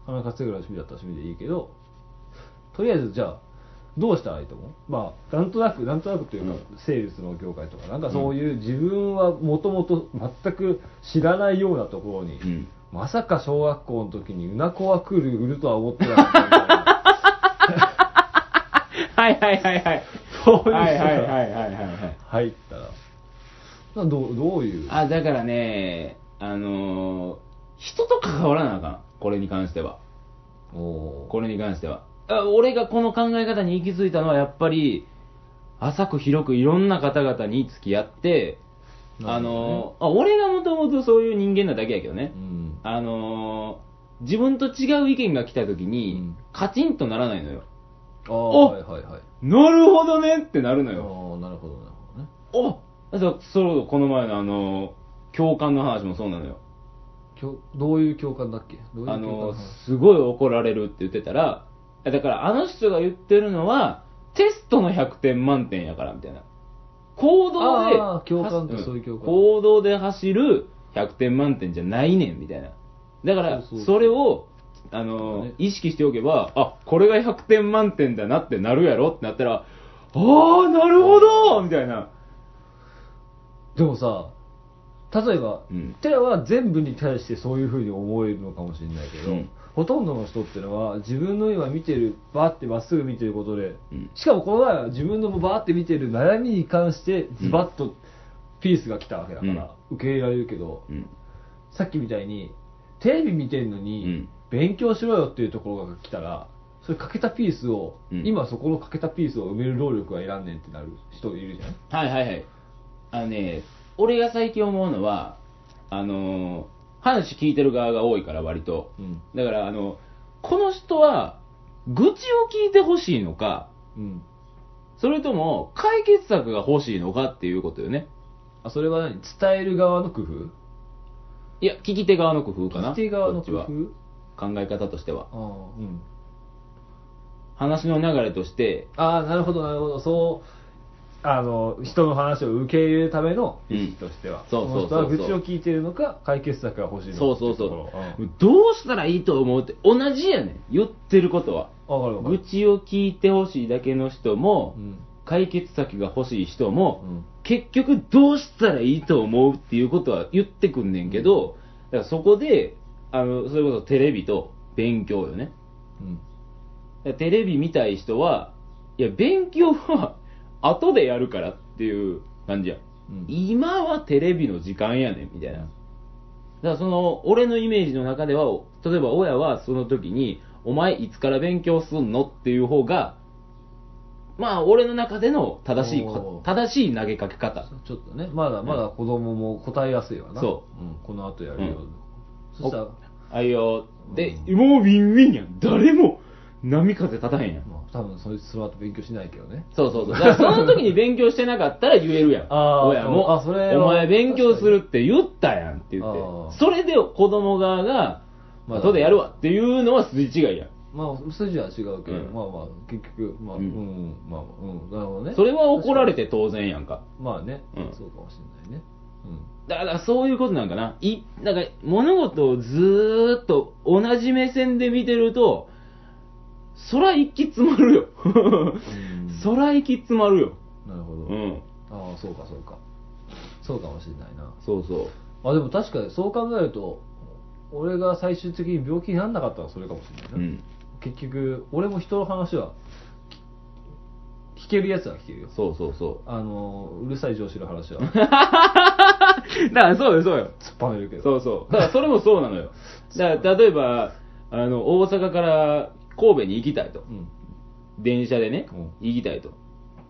[SPEAKER 2] 金稼ぐのが趣味だったら趣味でいいけどとりあえずじゃあどうしたらいいと思うまあなんとなくなんとなくというか、
[SPEAKER 1] う
[SPEAKER 2] セールスの業界とかなんかそういう自分はもともと全く知らないようなところに、
[SPEAKER 1] ううん
[SPEAKER 2] まさか小学校の時にうなこは来る売るとは思ってなかったみたいな
[SPEAKER 1] はいはいはいはい
[SPEAKER 2] そういう人が
[SPEAKER 1] はいはいはいはいはいはい
[SPEAKER 2] 入ったらなどうどういう
[SPEAKER 1] あだからねあのー人と関わらなあかんこれに関しては
[SPEAKER 2] おー
[SPEAKER 1] これに関しては。あ俺がこの考え方に行き着いたのは、やっぱり、浅く広くいろんな方々に付き合って、
[SPEAKER 2] な
[SPEAKER 1] あ
[SPEAKER 2] るほどね
[SPEAKER 1] の、あ俺がもともとそういう人間なだけやけどね
[SPEAKER 2] う、ん
[SPEAKER 1] あの、自分と違う意見が来た時
[SPEAKER 2] う
[SPEAKER 1] に
[SPEAKER 2] ん、
[SPEAKER 1] カチンとならないのよ。
[SPEAKER 2] あー
[SPEAKER 1] お
[SPEAKER 2] はいはいはい
[SPEAKER 1] なるほどねってなる
[SPEAKER 2] あ
[SPEAKER 1] の
[SPEAKER 2] あ
[SPEAKER 1] よ。
[SPEAKER 2] ーなるほどなるほどね
[SPEAKER 1] おそうそう、この前のあの、共感の話もそうなのよ。
[SPEAKER 2] 教どういう教官だっけどういう
[SPEAKER 1] あ
[SPEAKER 2] 教官の
[SPEAKER 1] の
[SPEAKER 2] 話、
[SPEAKER 1] すごい怒られるって言ってたら、だからあの人が言ってるのは、テストの100点満点やからみたいな。行動で
[SPEAKER 2] あー、共感って
[SPEAKER 1] は
[SPEAKER 2] そういう共感
[SPEAKER 1] 行動で走る100点満点じゃないねんみたいな。だから
[SPEAKER 2] そうそう、
[SPEAKER 1] それを、あのー
[SPEAKER 2] ね
[SPEAKER 1] 意識しておけば、あ、これが100点満点だなってなるやろってなったら、あー、なるほどみたいな。
[SPEAKER 2] でもさ例えば、
[SPEAKER 1] うん
[SPEAKER 2] テラは全部に対してそういうふうに思えるのかもしれないけど、
[SPEAKER 1] うん
[SPEAKER 2] ほとんどの人ってのは自分の今見てるバーってまっすぐ見てることで、
[SPEAKER 1] うん
[SPEAKER 2] しかもこの前は自分のバーって見てる悩みに関してズバッとピースが来たわけだから、受け入れられるけど、
[SPEAKER 1] うん。
[SPEAKER 2] さっきみたいにテレビ見てるのに、
[SPEAKER 1] うん
[SPEAKER 2] 勉強しろよっていうところが来たらそれ欠けたピースを、
[SPEAKER 1] うん
[SPEAKER 2] 今そこの欠けたピースを埋める労力はいらんねんってなる人いるじゃん
[SPEAKER 1] はいはいはい。あのね、俺が最近思うのは、あのー話聞いてる側が多いから割と。
[SPEAKER 2] うん
[SPEAKER 1] だから、あの、この人は、愚痴を聞いてほしいのか、
[SPEAKER 2] うん
[SPEAKER 1] それとも解決策が欲しいのかっていうことよね。
[SPEAKER 2] あそれは何伝える側の工夫
[SPEAKER 1] いや、聞き手側の工夫かな。
[SPEAKER 2] 聞き手側の工
[SPEAKER 1] こっちは考え方としては。
[SPEAKER 2] 夫あ,、うん、
[SPEAKER 1] 話の流れとして、
[SPEAKER 2] あーなるほどなるほどそうあの人の話を受け入れるための意識としては、
[SPEAKER 1] うんそうそうそう
[SPEAKER 2] の人は愚痴を聞いてるのか解決策が欲しいのか
[SPEAKER 1] そうそうそ
[SPEAKER 2] っていうところ
[SPEAKER 1] う、どうしたらいいと思うって同じやねん。言ってることは。
[SPEAKER 2] うん、分かる分か
[SPEAKER 1] 愚
[SPEAKER 2] る
[SPEAKER 1] 痴を聞いてほしいだけの人も、
[SPEAKER 2] うん
[SPEAKER 1] 解決策が欲しい人も、
[SPEAKER 2] うん
[SPEAKER 1] 結局どうしたらいいと思うっていうことは言ってくんねんけど、だからそこで、あの、それこそテレビと勉強よね。
[SPEAKER 2] うん
[SPEAKER 1] だからテレビ見たい人は、いや、勉強は後でやるからっていう感じや。
[SPEAKER 2] うん
[SPEAKER 1] 今はテレビの時間やねん、みたいな。だからその、俺のイメージの中では、例えば親はその時に、お前いつから勉強すんのっていう方が、まあ、俺の中での正しいこ
[SPEAKER 2] お、ー
[SPEAKER 1] 正しい投げかけ方。
[SPEAKER 2] ちょっとねまだまだ子供も答えやすいわな、
[SPEAKER 1] そ
[SPEAKER 2] うんこの後やるよ、
[SPEAKER 1] うん
[SPEAKER 2] そしたら
[SPEAKER 1] あいよーで、もうウィンウィンやん。誰も波風立たへんやん。
[SPEAKER 2] まあ多分それその後勉強しないけどね
[SPEAKER 1] そうそうそう。だからその時に勉強してなかったら言えるや ん。
[SPEAKER 2] あー
[SPEAKER 1] 親も。
[SPEAKER 2] あそれは
[SPEAKER 1] お前勉強するって言ったやんって言っ
[SPEAKER 2] あー
[SPEAKER 1] て。それで子供側が、
[SPEAKER 2] まあ
[SPEAKER 1] 後でやるわっていうのは筋違いやん。
[SPEAKER 2] まあ筋は違うけど、
[SPEAKER 1] うん
[SPEAKER 2] まあまあ結局まあう、
[SPEAKER 1] うんん
[SPEAKER 2] まあうんなるほどね
[SPEAKER 1] それは怒られて当然やんか。
[SPEAKER 2] まあね、
[SPEAKER 1] うん
[SPEAKER 2] そうかもしれないね。
[SPEAKER 1] だからそういうことなんかな。い、なんか物事をずーっと同じ目線で見てると、そら行き詰まるよ。 そら行き詰まるよ。
[SPEAKER 2] うん。なるほど。
[SPEAKER 1] うん。
[SPEAKER 2] ああ、そうかそうか。そうかもしれないな。
[SPEAKER 1] そうそう。
[SPEAKER 2] あ、でも確かにそう考えると、俺が最終的に病気にならなかったらそれかもしれないな。
[SPEAKER 1] うん
[SPEAKER 2] 結局、俺も人の話は、き聞けるやつは聞けるよ。
[SPEAKER 1] そうそうそ
[SPEAKER 2] あの、うるさい上司 の話は
[SPEAKER 1] う。だからそうよ、そうよ。
[SPEAKER 2] 突っぱねるけど。
[SPEAKER 1] そうそう。だからそれもそうな のよ。だから例えば、あの、大阪から神戸に行きたいと
[SPEAKER 2] う。ん。
[SPEAKER 1] 電車でね
[SPEAKER 2] うん、
[SPEAKER 1] 行きたいと。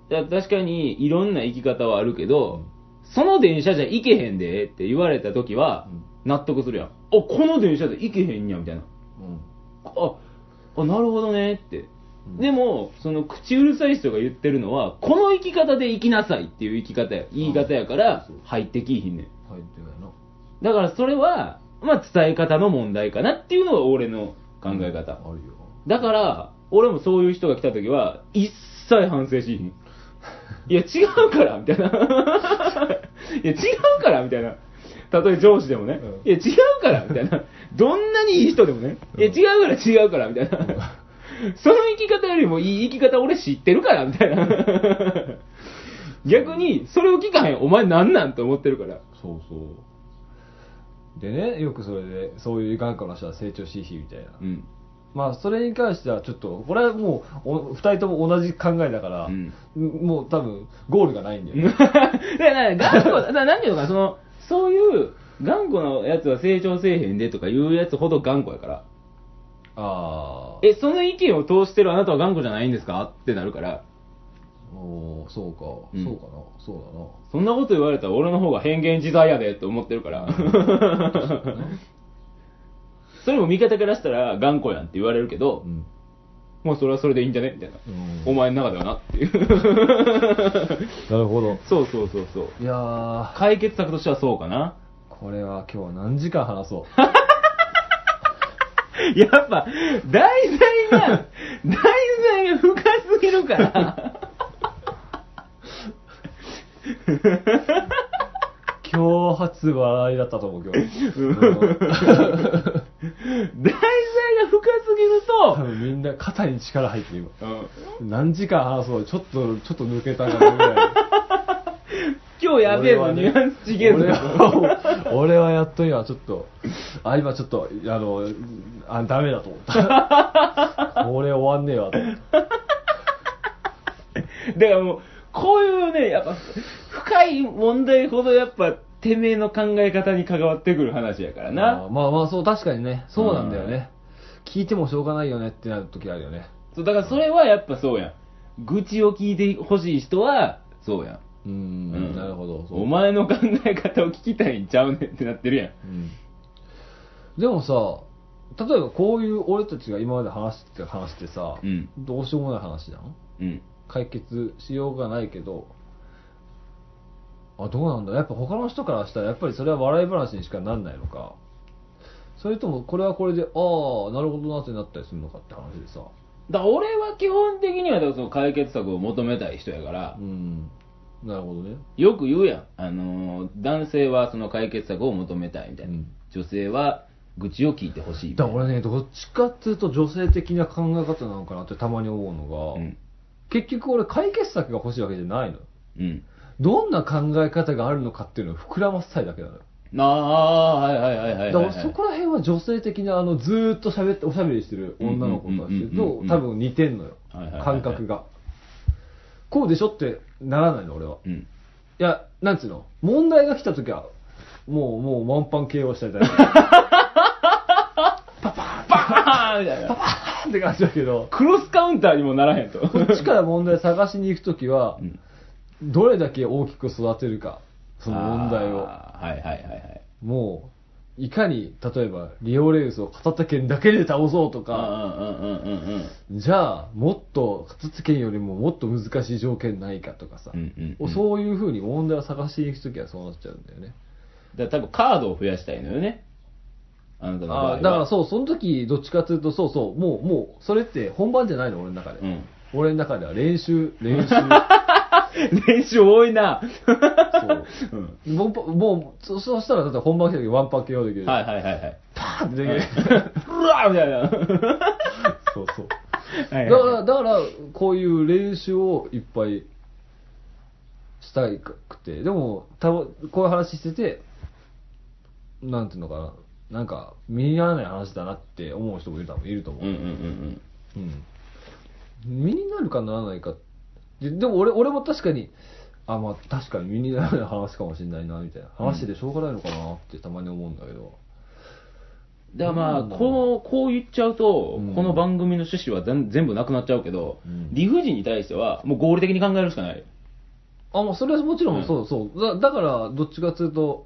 [SPEAKER 1] だから確かにいろんな行き方はあるけど、その電車じゃ行けへんでって言われた時は
[SPEAKER 2] うん、
[SPEAKER 1] 納得するやん。あ、この電車で行けへんやんみたいな。
[SPEAKER 2] うん。
[SPEAKER 1] あ、あなるほどねって
[SPEAKER 2] うん。
[SPEAKER 1] でも、その口うるさい人が言ってるのは、この生き方で生きなさいっていう生き方や、言い方やから
[SPEAKER 2] うん、
[SPEAKER 1] 入ってきいひんねん。
[SPEAKER 2] 入ってないな。
[SPEAKER 1] だからそれは、まあ、伝え方の問題かなっていうのが俺の考え
[SPEAKER 2] あ
[SPEAKER 1] 方。
[SPEAKER 2] るよ。
[SPEAKER 1] だから、俺もそういう人が来た時は、一切反省 しひん。いや、違うからみたい な。いや、違うからみたいな。たとえ上司でもね
[SPEAKER 2] うん。
[SPEAKER 1] いや、違うからみたいな。どんなにいい人でもね。いや、違うから違うからみたい な。その生き方よりもいい生き方俺知ってるからみた いな。逆に、それを聞かへん、お前なんなんと思ってるから。
[SPEAKER 2] そうそう。でね、よくそれで、そういう頑固な人は成長しい日みたいな。
[SPEAKER 1] うん。
[SPEAKER 2] まあそれに関してはちょっとこれはもうお二人とも同じ考えだから、
[SPEAKER 1] うん
[SPEAKER 2] もう多分ゴールがないんだよ、
[SPEAKER 1] だから頑固だ、なんていうのかな、その、そういう、頑固なやつは成長せえへんでとかいうやつほど頑固やから。
[SPEAKER 2] ああ
[SPEAKER 1] え、その意見を通してるあなたは頑固じゃないんですかってなるから、
[SPEAKER 2] おーそうか、
[SPEAKER 1] うん
[SPEAKER 2] そうかなそう
[SPEAKER 1] そんなこと言われたら俺の方が偏見自在やでって思ってる から。
[SPEAKER 2] だな、
[SPEAKER 1] それも味方からしたら頑固やんって言われるけど、
[SPEAKER 2] うん、
[SPEAKER 1] もうそれはそれでいいんじゃねみたいな、
[SPEAKER 2] うん
[SPEAKER 1] お前の中ではなっていう。
[SPEAKER 2] なるほど
[SPEAKER 1] そうそうそうそう。
[SPEAKER 2] いやー
[SPEAKER 1] 解決策としてはそうかな。
[SPEAKER 2] これは今日は何時間 話そう
[SPEAKER 1] やっぱ、題材が、題材が深すぎるから。
[SPEAKER 2] 今日初笑いだったと思う、今日。
[SPEAKER 1] 題材が深すぎる
[SPEAKER 2] 多
[SPEAKER 1] と、
[SPEAKER 2] 分みんな肩に力入ってる、
[SPEAKER 1] うん
[SPEAKER 2] 今。何時間話そう、ちょっと、ちょっと抜けたからぐらい。
[SPEAKER 1] 今日やべえぞ、ニュアンス違えぞ。
[SPEAKER 2] 俺は、 俺はやっと今ちょっと、あ、今ちょっと、あの、あ、ダメだと思った。 これ終わんねえわと思った。
[SPEAKER 1] だからもう、こういうね、やっぱ、深い問題ほどやっぱ、てめえの考え方に関わってくる話やから
[SPEAKER 2] あ
[SPEAKER 1] な
[SPEAKER 2] ー。まあまあ、そう、確かにね、そうなんだよね。聞いてもしょうがないよねってなる時あるよね。
[SPEAKER 1] そう、だからそれはやっぱそうやん。愚痴を聞いてほしい人は、そうやん。
[SPEAKER 2] うーん、なるほど。そう
[SPEAKER 1] お前の考え方を聞きたいんちゃうねんってなってるやん。
[SPEAKER 2] うんでもさ、例えばこういう俺たちが今まで話してきた話ってさ、
[SPEAKER 1] うん
[SPEAKER 2] どうしようもない話じゃん
[SPEAKER 1] うん。
[SPEAKER 2] 解決しようがないけど、あ、どうなんだやっぱ他の人からしたら、やっぱりそれは笑い話にしかなんないのか。それとも、これはこれで、ああ、なるほどなってなったりするのかって話でさ。
[SPEAKER 1] だから俺は基本的にはだからその解決策を求めたい人やから
[SPEAKER 2] う、ん。なるほどね。
[SPEAKER 1] よく言うやん。あのー、男性はその解決策を求めたいみたいな。
[SPEAKER 2] うん
[SPEAKER 1] 女性は愚痴を聞いてほしいみた
[SPEAKER 2] だ
[SPEAKER 1] い
[SPEAKER 2] か
[SPEAKER 1] な
[SPEAKER 2] ら俺ね、どっちかっていうと女性的な考え方なのかなってたまに思うのが、
[SPEAKER 1] うん。
[SPEAKER 2] 結局俺解決策が欲しいわけじゃないの。
[SPEAKER 1] うん。
[SPEAKER 2] どんな考え方があるのかっていうのを膨らませたいだけなのよ。
[SPEAKER 1] ああ、はいはいはいはいはい、
[SPEAKER 2] だからそこら辺は女性的なあのずーっと喋っておしゃべりしてる女の子たち
[SPEAKER 1] うんうんうんうんうん
[SPEAKER 2] と
[SPEAKER 1] うん
[SPEAKER 2] 多分似てんのよ
[SPEAKER 1] はいはいはいはい
[SPEAKER 2] 感覚がこうでしょってならないの俺は
[SPEAKER 1] うん。
[SPEAKER 2] いやなんつうの問題が来た時はもうもう満帆 KO したりだとか
[SPEAKER 1] バーンみたいな。
[SPEAKER 2] あーって感じだけど
[SPEAKER 1] クロスカウンターにもならへんと。
[SPEAKER 2] こっちから問題探しに行く時は
[SPEAKER 1] うん
[SPEAKER 2] どれだけ大きく育てるかその問題を
[SPEAKER 1] あーはいはいはいはい。
[SPEAKER 2] もういかに例えばリオレウスを片手剣だけで倒そうとか
[SPEAKER 1] うんうんうんうんうん
[SPEAKER 2] じゃあ、もっと、片付けよりももっと難しい条件ないかとかさ、
[SPEAKER 1] うんうんうん
[SPEAKER 2] そういうふうに問題を探しに行くときはそうなっちゃうんだよね。
[SPEAKER 1] だから多分カードを増やしたいのよね。あなたの場合は
[SPEAKER 2] あだからそう、その時どっちかというと、そうそう、もう、もう、それって本番じゃないの、俺の中で。
[SPEAKER 1] うん
[SPEAKER 2] 俺の中では練習、 練習。
[SPEAKER 1] 練習多い な。
[SPEAKER 2] そう
[SPEAKER 1] うん
[SPEAKER 2] もう、もうそそうしたら、だって本番来た時ワンパン KO できる。
[SPEAKER 1] はいはいはいはい。
[SPEAKER 2] パーン ってできる。
[SPEAKER 1] うわーみたいな。
[SPEAKER 2] そうそう。
[SPEAKER 1] はい
[SPEAKER 2] だ
[SPEAKER 1] は
[SPEAKER 2] か
[SPEAKER 1] いは
[SPEAKER 2] ら、だからこういう練習をいっぱいしたいくて、でも、たこういう話してて、なんていうのかな、なんか、身にならない話だなって思う人もいる多分いると思
[SPEAKER 1] いうん
[SPEAKER 2] う。
[SPEAKER 1] うんうん
[SPEAKER 2] うん身になるかならないかででも俺俺も確かに、あ、まあ確かに身にならない話かもしれないな、みたいな。話しててしょうがないのかなってたまに思うんだけど。
[SPEAKER 1] うん。だからまあ、
[SPEAKER 2] うん
[SPEAKER 1] こう、こう言っちゃうと、
[SPEAKER 2] うん
[SPEAKER 1] この番組の趣旨は全全部なくなっちゃうけど、
[SPEAKER 2] うん
[SPEAKER 1] 理不尽に対しては、もう合理的に考えるしかない。
[SPEAKER 2] あ、もうそれはもちろんそう、そう。だだから、どっちかというと、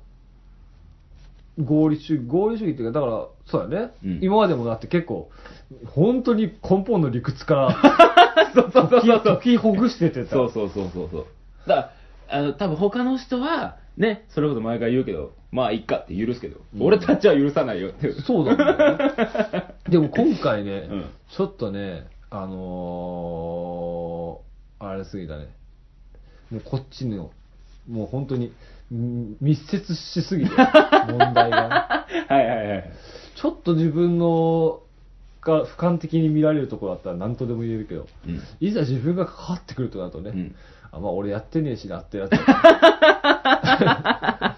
[SPEAKER 2] 合理主義、合理主義っていうか、だから、そうだね。
[SPEAKER 1] うん
[SPEAKER 2] 今までもだって結構、本当に根本の理屈から、
[SPEAKER 1] そうそうそうそう
[SPEAKER 2] 解き解きほぐしててた。
[SPEAKER 1] そうそうそうそうそう。だから、あの、多分他の人は、ね、それこそ毎回言うけど、まあ、いっかって許すけど、
[SPEAKER 2] うん
[SPEAKER 1] 俺たちは許さないよ っていう。
[SPEAKER 2] そうなんだよね。でも今回ね、
[SPEAKER 1] うん
[SPEAKER 2] ちょっとね、あのーあれすぎたね。もうこっちの、もう本当に、ん密接しすぎ て、問題が、ね。
[SPEAKER 1] はいはいはい。
[SPEAKER 2] ちょっと自分のが俯瞰的に見られるところだったら何とでも言えるけど、
[SPEAKER 1] うん
[SPEAKER 2] いざ自分が関わってくるとなるとね、
[SPEAKER 1] うん
[SPEAKER 2] あまあ俺やってねえしなってなって、
[SPEAKER 1] は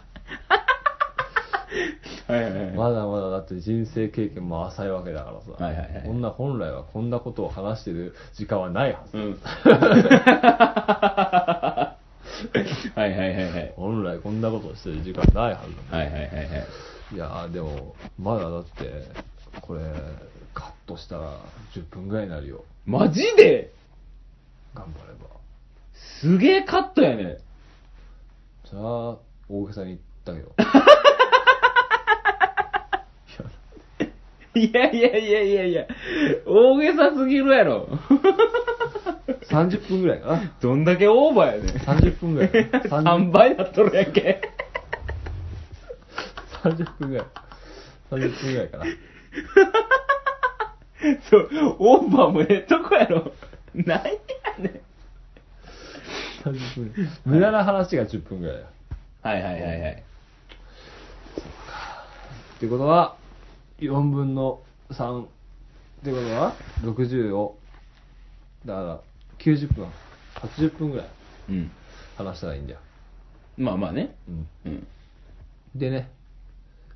[SPEAKER 1] いはいはい。
[SPEAKER 2] まだまだだって人生経験も浅いわけだからさ、
[SPEAKER 1] はいはいはい
[SPEAKER 2] こんな本来はこんなことを話してる時間はないはず。
[SPEAKER 1] うん。 はいはいはいはい。
[SPEAKER 2] 本来こんなことをしてる時間はないはずだ
[SPEAKER 1] はいはいはいはい。
[SPEAKER 2] いやーでも、まだだって、これ、カットしたら10分ぐらいになるよ。
[SPEAKER 1] マジで
[SPEAKER 2] 頑張れば。
[SPEAKER 1] すげえカットやね。
[SPEAKER 2] それは大げさに言ったけど。
[SPEAKER 1] いやいやいやいやいや、大げさすぎるやろ。
[SPEAKER 2] 30分ぐらいかな。
[SPEAKER 1] どんだけオーバーやねん。
[SPEAKER 2] 30分ぐらい。
[SPEAKER 1] 3倍なっとるやんけ。
[SPEAKER 2] 30分ぐらい。30分ぐらいかな。
[SPEAKER 1] そう、オーバーもええとこやろ。なんやね
[SPEAKER 2] 無駄な話が10分ぐらいだよ。
[SPEAKER 1] ん。はいはいはいはい。
[SPEAKER 2] ってことは、4分の3。ってことは、60を、だから、90分、80分ぐらい
[SPEAKER 1] うん。
[SPEAKER 2] 話したらいいんだよ。
[SPEAKER 1] まあまあね。
[SPEAKER 2] うん
[SPEAKER 1] うん。
[SPEAKER 2] でね、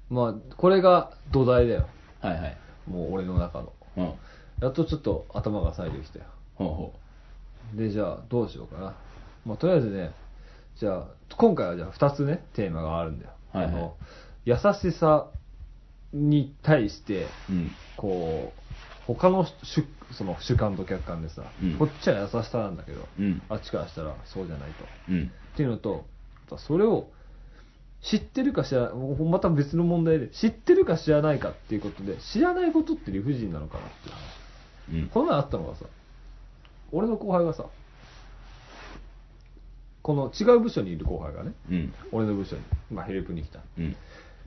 [SPEAKER 2] まあ、これが土台だよ。
[SPEAKER 1] はいはい。
[SPEAKER 2] もう俺の中の。
[SPEAKER 1] うん。
[SPEAKER 2] やっとちょっと頭が冴えてきたよ。
[SPEAKER 1] ほうほ
[SPEAKER 2] で、じゃあ、どうしようかな。まあ、とりあえずね、じゃあ、今回はじゃあ2つね、テーマがあるんだよ。
[SPEAKER 1] はいはい
[SPEAKER 2] あの優しさに対して、
[SPEAKER 1] う。うん。
[SPEAKER 2] こう他の主その主観と客観でさ、
[SPEAKER 1] うん
[SPEAKER 2] こっちは優しさなんだけど、
[SPEAKER 1] うん
[SPEAKER 2] あっちからしたらそうじゃないと。っ
[SPEAKER 1] うん。
[SPEAKER 2] ていうのとそれを知ってるか知らないもうまた別の問題で知ってるか知らないかっていうことで知らないことって理不尽なのかなっていう話
[SPEAKER 1] うん。
[SPEAKER 2] この前あったのがさ俺の後輩がさこの違う部署にいる後輩がね
[SPEAKER 1] うん。
[SPEAKER 2] 俺の部署に、まあ、ヘルプに来た
[SPEAKER 1] うん。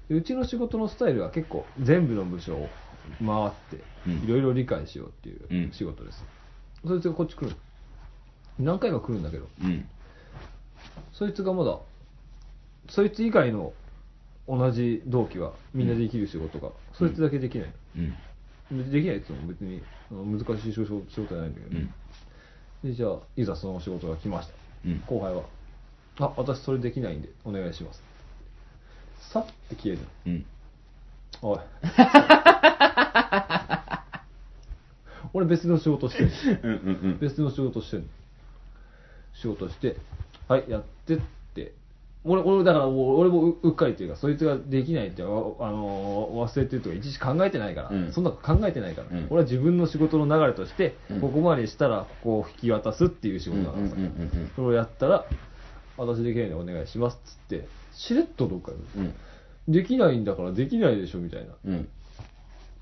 [SPEAKER 2] でうちの仕事のスタイルは結構全部の部署を回って
[SPEAKER 1] うん
[SPEAKER 2] いろいろ理解しようってい
[SPEAKER 1] うん
[SPEAKER 2] う仕事です、そいつがこっち来る何回か来るんだけど
[SPEAKER 1] うん。
[SPEAKER 2] そいつがまだそいつ以外の同じ同期はみんなできる仕事が、そいつだけできない、
[SPEAKER 1] うん。
[SPEAKER 2] できないって言っても別にあの難しい仕事仕事じゃないんだけどね、でじゃあいざその仕事が来ました、
[SPEAKER 1] うん
[SPEAKER 2] 後輩は「あ私それできないんでお願いします」さって消える
[SPEAKER 1] うん。
[SPEAKER 2] おい俺別の仕事してる
[SPEAKER 1] うんうん
[SPEAKER 2] 別の仕事してる仕事してはいやってって俺俺だからもう俺もううっかりっていうかそいつができないってわあのー忘れてるとかいちいち考えてないから、
[SPEAKER 1] うん
[SPEAKER 2] そんなの考えてないから、
[SPEAKER 1] うん
[SPEAKER 2] 俺は自分の仕事の流れとして、
[SPEAKER 1] うん
[SPEAKER 2] ここまでしたらここを引き渡すっていう仕事だからさ、
[SPEAKER 1] うんうんうんうんうん
[SPEAKER 2] それをやったら私できないんでお願いしますっつってしれっとどっかに、
[SPEAKER 1] うん。
[SPEAKER 2] できないんだからできないでしょみたいな
[SPEAKER 1] うん。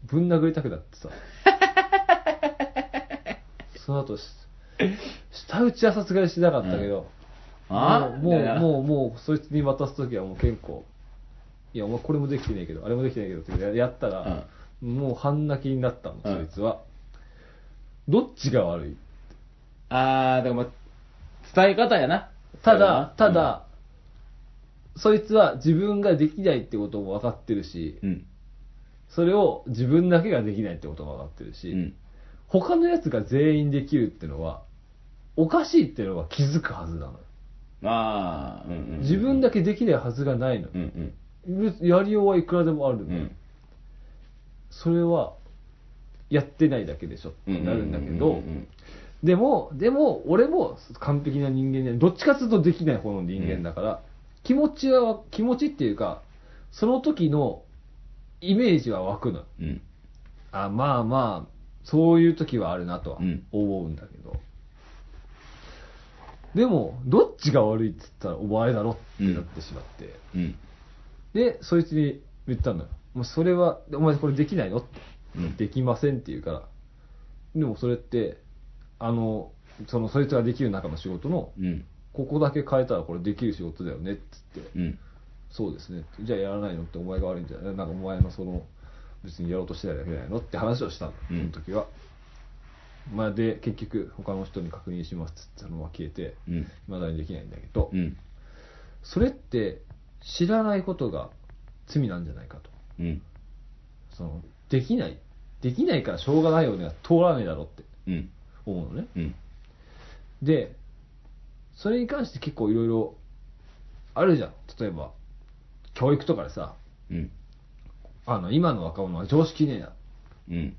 [SPEAKER 2] ぶん殴りたくなって さその後し舌打ちはさすがにしなかったけど、
[SPEAKER 1] あ
[SPEAKER 2] もうもうもうもうそいつに渡す時はもう健康いやお前これもできてねえけどあれもできてねえけどってややったら、もう半泣きになったのそいつは、どっちが悪い
[SPEAKER 1] あー、だからまあ、伝え方やな。
[SPEAKER 2] ただただ、そいつは自分ができないってことも分かってるし、
[SPEAKER 1] うん、
[SPEAKER 2] それを自分だけができないってことも分かってる
[SPEAKER 1] う
[SPEAKER 2] し、
[SPEAKER 1] ん。うん。
[SPEAKER 2] 他のやつが全員できるってのは、おかしいってのは気づくはずなの。
[SPEAKER 1] あー、うんうんうん。
[SPEAKER 2] 自分だけできないはずがないの
[SPEAKER 1] う。ん
[SPEAKER 2] やりようはいくらでもある
[SPEAKER 1] う
[SPEAKER 2] の、
[SPEAKER 1] ん。うん。
[SPEAKER 2] それは、やってないだけでしょってなるんだけ
[SPEAKER 1] うんう
[SPEAKER 2] ど
[SPEAKER 1] んうんうんうん、
[SPEAKER 2] でも、でも、俺も完璧な人間じゃない。どっちかというとできない方の人間だから、気持ちは、気持ちっていうか、その時のイメージは湧くの。
[SPEAKER 1] うん。
[SPEAKER 2] あまあまあそういう時はあるなとは
[SPEAKER 1] うん
[SPEAKER 2] 思うんだけど、でもどっちが悪いっつったらお前だろってなってしまって、
[SPEAKER 1] うん。
[SPEAKER 2] でそいつに言ったのよもうそれはお前これできないのって、
[SPEAKER 1] うん
[SPEAKER 2] できませんって言うからでもそれってあのそのそいつができる中の仕事の
[SPEAKER 1] うん。
[SPEAKER 2] ここだけ変えたらこれできる仕事だよねっつって、
[SPEAKER 1] うん。
[SPEAKER 2] そうですねってじゃあやらないのってお前が悪いんじゃないなんかお前のその別にやろうとしてないだけじゃないのって話をしたの、
[SPEAKER 1] うん
[SPEAKER 2] その時は、まあ、で結局他の人に確認しますっつったのは消えて
[SPEAKER 1] うん
[SPEAKER 2] いまだにできないんだけど、
[SPEAKER 1] うん。
[SPEAKER 2] それって知らないことが罪なんじゃないかと
[SPEAKER 1] うん。
[SPEAKER 2] そのできないできないからしょうがないよねは通らないだろうって
[SPEAKER 1] うん。
[SPEAKER 2] 思うのね
[SPEAKER 1] うん。
[SPEAKER 2] でそれに関して結構いろいろあるじゃん例えば教育とかでさ
[SPEAKER 1] うん。
[SPEAKER 2] あの今の若者は常識ねえな
[SPEAKER 1] うん。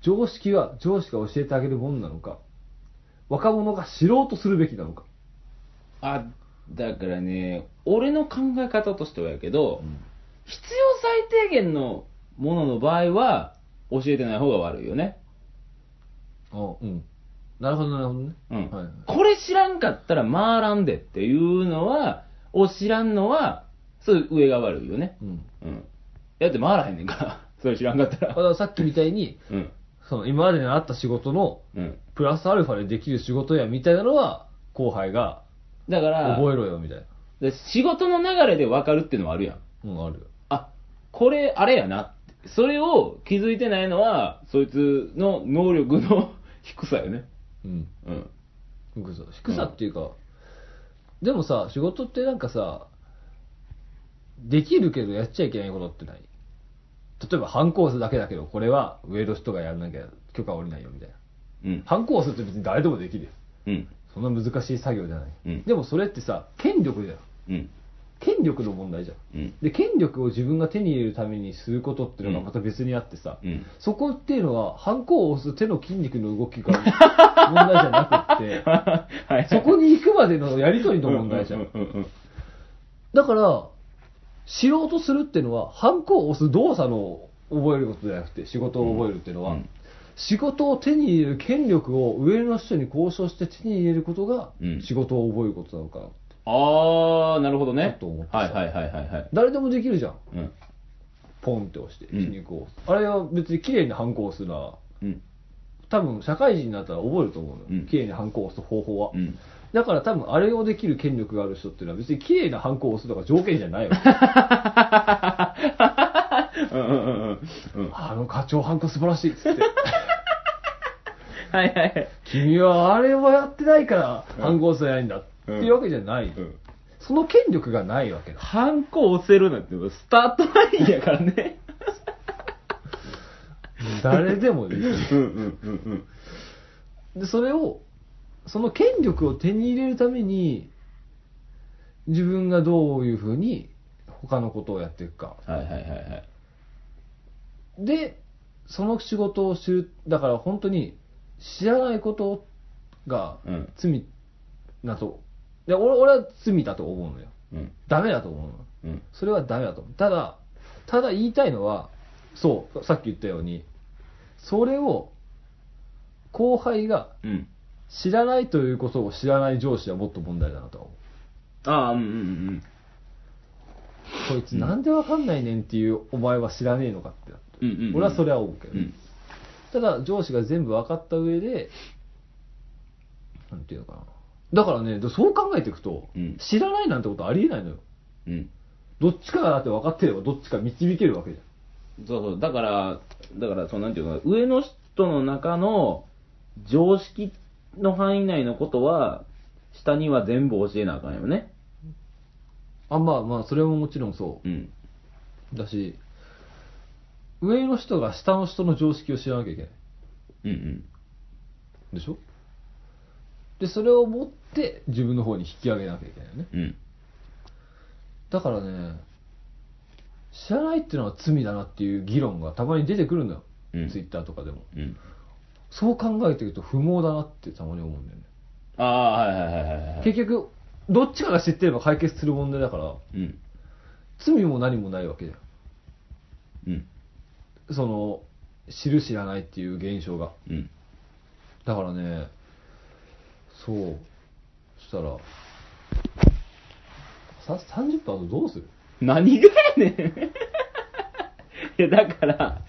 [SPEAKER 2] 常識は上司が教えてあげるもんなのか若者が知ろうとするべきなのか
[SPEAKER 1] あ、だからね、俺の考え方としてはやけど、必要最低限のものの場合は、教えてない方が悪いよね。
[SPEAKER 2] あうんなるほどなるほどね
[SPEAKER 1] うん
[SPEAKER 2] はいはい
[SPEAKER 1] これ知らんかったら回らんでっていうのは、を知らんのは、そう上が悪いよね。
[SPEAKER 2] うん
[SPEAKER 1] うん。だって回らへんねんから、 それ知らんかった。
[SPEAKER 2] だ かららさっきみたいに
[SPEAKER 1] うん。
[SPEAKER 2] その今まで習った仕事の
[SPEAKER 1] うん。
[SPEAKER 2] プラスアルファでできる仕事やみたいなのは後輩が
[SPEAKER 1] だから、
[SPEAKER 2] 覚えろよみたいな
[SPEAKER 1] で仕事の流れで分かるっていうのはあるやん。
[SPEAKER 2] うんあるよ
[SPEAKER 1] あ、これあれやなって。それを気づいてないのは、そいつの能力の 低さよね。
[SPEAKER 2] うん
[SPEAKER 1] うん。
[SPEAKER 2] 低さ低さっていうか、でもさ仕事ってなんかさできるけどやっちゃいけないことってない例えば反抗すだけだけどこれは上の人がやらなきゃ許可下りないよみたいな
[SPEAKER 1] うん。
[SPEAKER 2] 反抗するって別に誰でもできるよ
[SPEAKER 1] うん。
[SPEAKER 2] そんな難しい作業じゃない、
[SPEAKER 1] うん
[SPEAKER 2] でもそれってさ権力じゃん
[SPEAKER 1] うん。
[SPEAKER 2] 権力の問題じゃん
[SPEAKER 1] うん。
[SPEAKER 2] で権力を自分が手に入れるためにすることっていうのがまた別にあってさ、
[SPEAKER 1] うん
[SPEAKER 2] そこっていうのは反抗を押す手の筋肉の動きが問題じゃなくって
[SPEAKER 1] はい。
[SPEAKER 2] そこに行くまでのやりとりの問題じゃ
[SPEAKER 1] うんん。うんうんうん
[SPEAKER 2] だから、知ろうとするっていうのは、ハンコを押す動作の覚えることじゃなくて、仕事を覚えるっていうのは、
[SPEAKER 1] うん
[SPEAKER 2] 仕事を手に入れる権力を上の人に交渉して手に入れることが
[SPEAKER 1] うん、
[SPEAKER 2] 仕事を覚えることなのかな。
[SPEAKER 1] あー、なるほど
[SPEAKER 2] だ
[SPEAKER 1] ね。
[SPEAKER 2] と思ってさ
[SPEAKER 1] はいはいはいはいはい。
[SPEAKER 2] 誰でもできるじゃん。
[SPEAKER 1] うん。
[SPEAKER 2] ポンって押して、
[SPEAKER 1] うん
[SPEAKER 2] 筋肉を押す。あれは別に綺麗にハンコを押すのは、
[SPEAKER 1] うん。
[SPEAKER 2] 多分社会人になったら覚えると思うのよ。
[SPEAKER 1] うん
[SPEAKER 2] 綺麗にハンコを押す方法は。
[SPEAKER 1] うん。
[SPEAKER 2] だから多分あれをできる権力がある人っていうのは別に綺麗なハンコを押すのが条件じゃないわけ。
[SPEAKER 1] うんうんうんうんうん。
[SPEAKER 2] あの課長ハンコ素晴らしいっつって。
[SPEAKER 1] はいはいはい。
[SPEAKER 2] 君はあれはやってないから
[SPEAKER 1] うん
[SPEAKER 2] 暗号数やないんだっていうわけじゃない、
[SPEAKER 1] うん。
[SPEAKER 2] その権力がないわけだ
[SPEAKER 1] ハンコ押せるなんて、スタートラインやからね。
[SPEAKER 2] 誰でもでき
[SPEAKER 1] うん
[SPEAKER 2] る
[SPEAKER 1] うんうんうん。
[SPEAKER 2] でそれをその権力を手に入れるために自分がどういうふうに他のことをやっていくか
[SPEAKER 1] はいはいはいはい。
[SPEAKER 2] でその仕事を知るだから本当に知らないことが
[SPEAKER 1] うん
[SPEAKER 2] 罪だと、で俺俺は罪だと思うのよ
[SPEAKER 1] うん
[SPEAKER 2] ダメだと思うの
[SPEAKER 1] うん
[SPEAKER 2] それはダメだと思う。ただ、ただ言いたいのは、そう、さっき言ったように、それを後輩が
[SPEAKER 1] うん。
[SPEAKER 2] 知らないということを知らない上司はもっと問題だなとは思う。
[SPEAKER 1] ああ、うんうん
[SPEAKER 2] こいつなんでわかんないねんっていうお前は知らねえのかってなっ
[SPEAKER 1] う
[SPEAKER 2] て
[SPEAKER 1] ん。うんうんうん
[SPEAKER 2] 俺はそれは思うけど、
[SPEAKER 1] うん。
[SPEAKER 2] ただ上司が全部分かった上で、なんていうのかな。だからね、そう考えていくと、
[SPEAKER 1] うん
[SPEAKER 2] 知らないなんてことありえないのよ。
[SPEAKER 1] うん。
[SPEAKER 2] どっちかがだって分かってればどっちか導けるわけじゃん。
[SPEAKER 1] そうそう。だから、だから、そうなんていうのかな、上の人の中の常識の範囲内のことは、下には全部教えなあかんよね。
[SPEAKER 2] あ、まあまあ、それももちろんそう。
[SPEAKER 1] うん。
[SPEAKER 2] だし、上の人が下の人の常識を知らなきゃいけない。
[SPEAKER 1] うんうん。
[SPEAKER 2] でしょで、それを持って自分の方に引き上げなきゃいけないよね。
[SPEAKER 1] うん。
[SPEAKER 2] だからね、知らないっていうのは罪だなっていう議論がたまに出てくるんだよ。
[SPEAKER 1] うん
[SPEAKER 2] ツイッターとかでも。
[SPEAKER 1] うん。
[SPEAKER 2] そう考えていくと不毛だなってたまに思うんだよね。
[SPEAKER 1] ああ、はいはいはいはいはい。
[SPEAKER 2] 結局、どっちかが知ってれば解決する問題だから、
[SPEAKER 1] うん。
[SPEAKER 2] 罪も何もないわけじゃん。
[SPEAKER 1] うん。
[SPEAKER 2] その、知る知らないっていう現象が。
[SPEAKER 1] うん。
[SPEAKER 2] だからね、そう、そしたら、さ30分後どうする
[SPEAKER 1] 何がやねん いや、だから、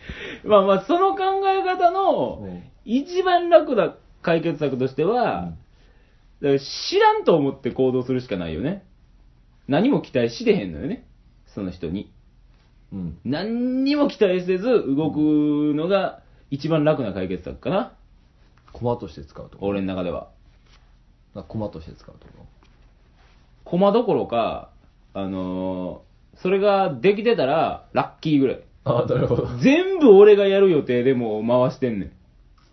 [SPEAKER 1] まあまあ、その考え方の
[SPEAKER 2] うん
[SPEAKER 1] 一番楽な解決策としては、だから知らんと思って行動するしかないよね。何も期待してへんのよね。その人に。
[SPEAKER 2] うん。
[SPEAKER 1] 何にも期待せず動くのが一番楽な解決策かな。
[SPEAKER 2] 駒として使うとこ。
[SPEAKER 1] 俺の中では。
[SPEAKER 2] な駒として使うとこ。
[SPEAKER 1] 駒どころか、あのーそれができてたらラッキーぐらい。
[SPEAKER 2] ああ、なるほど。
[SPEAKER 1] 全部俺がやる予定でもう回してんねん。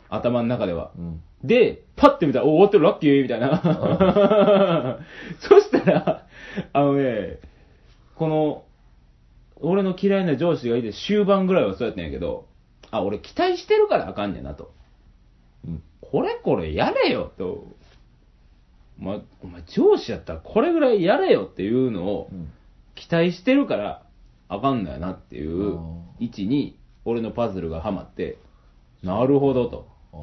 [SPEAKER 1] 頭の中では。
[SPEAKER 2] うん。
[SPEAKER 1] で、パッて見たら、お、終わってる、ラッキーみたいな。 そしたら、あのね、この、俺の嫌いな上司がいて、終盤ぐらいはそうやったんやけど、あ、俺期待してるからあかんねんなと。
[SPEAKER 2] うん。
[SPEAKER 1] これこれやれよと。お前、お前上司やったらこれぐらいやれよっていうのを
[SPEAKER 2] うん
[SPEAKER 1] 期待してるからあかんのやなっていう
[SPEAKER 2] あー
[SPEAKER 1] 位置に俺のパズルがはまって、なるほどと。
[SPEAKER 2] ああ、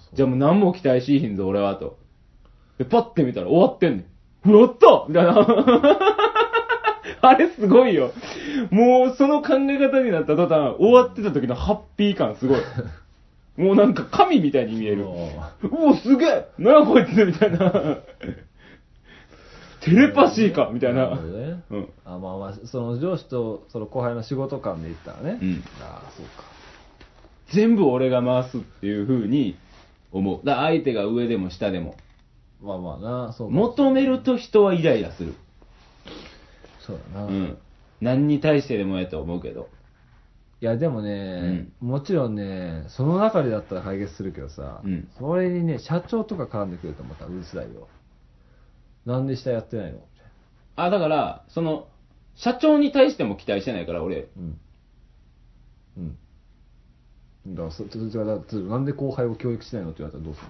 [SPEAKER 2] そう。
[SPEAKER 1] じゃあもう何も期待しいひんぞ、俺は、と。で、パッて見たら終わってんねん。うわやったみたいな。 あれすごいよ。もうその考え方になった途端、終わってた時のハッピー感すごい。もうなんか神みたいに見える。
[SPEAKER 2] あ
[SPEAKER 1] うお、すげえなあこいつみたいな。っ テレパシーかみたい
[SPEAKER 2] なる
[SPEAKER 1] な
[SPEAKER 2] ほ。どね
[SPEAKER 1] うん。
[SPEAKER 2] あまあまあその上司とその後輩の仕事間で言ったらね、
[SPEAKER 1] うん
[SPEAKER 2] ああそうか
[SPEAKER 1] 全部俺が回すっていう風に思う。だから相手が上でも下でも。
[SPEAKER 2] まあまあなそうか
[SPEAKER 1] 求めると人はイライラする。
[SPEAKER 2] そうだ
[SPEAKER 1] う
[SPEAKER 2] な、
[SPEAKER 1] ん。何に対してでもやと思うけど。
[SPEAKER 2] いやでもね、もちろんねその中でだったら解決するけどさ、
[SPEAKER 1] うん
[SPEAKER 2] それにね社長とか絡んでくるとまたうるさいよなんで下やってないのみたい
[SPEAKER 1] あ、だから、その、社長に対しても期待してないから、俺。
[SPEAKER 2] なうんうんだからそそそだからなんで後輩を教育しないのって言われたらどうする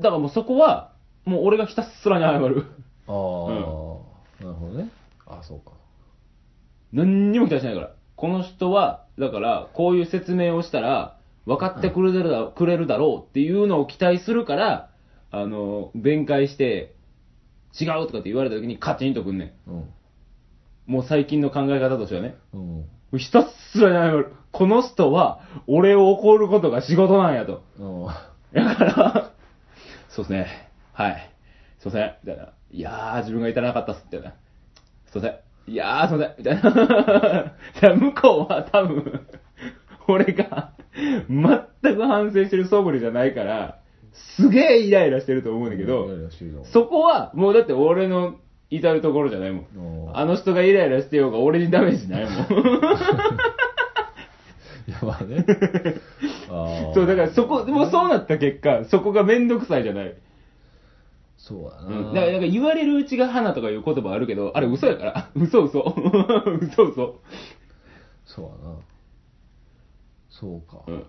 [SPEAKER 1] だからもうそこは、もう俺がひたすらに謝る。
[SPEAKER 2] ああ、なるほどねああそうか
[SPEAKER 1] 何にも期待してないから。この人は、だから、こういう説明をしたら、分かってくれるだろう、くれるだろうっていうのを期待するから、あの、弁解して、違うとかって言われた時にカチンとくんね
[SPEAKER 2] うん
[SPEAKER 1] ん。もう最近の考え方としてはね。
[SPEAKER 2] うん
[SPEAKER 1] ひたすらに謝る。この人は、俺を怒ることが仕事なんやと。
[SPEAKER 2] うん
[SPEAKER 1] だから、そうですね。はい。すいません。みたいな。いやー、自分が至らなかったっす。みたいな。すいません。いやー、すいません。みたいな。 じゃあ向こうは多分、俺が、全く反省してる素振りじゃないから、すげーイライラしてると思うんだけど、
[SPEAKER 2] イライラしてるよ
[SPEAKER 1] そこは、もうだって俺の至るところじゃないも
[SPEAKER 2] お
[SPEAKER 1] ん。
[SPEAKER 2] ー
[SPEAKER 1] あの人がイライラしてようが俺にダメージないもん。
[SPEAKER 2] いやばねああ
[SPEAKER 1] そう、だからそこ、もうそうなった結果、そこがめんどくさいじゃない。
[SPEAKER 2] そうだな、
[SPEAKER 1] うん、だからなんか言われるうちが花とかいう言葉あるけど、あれ嘘やから。 嘘嘘。嘘嘘。
[SPEAKER 2] そうだなそうか、
[SPEAKER 1] うん。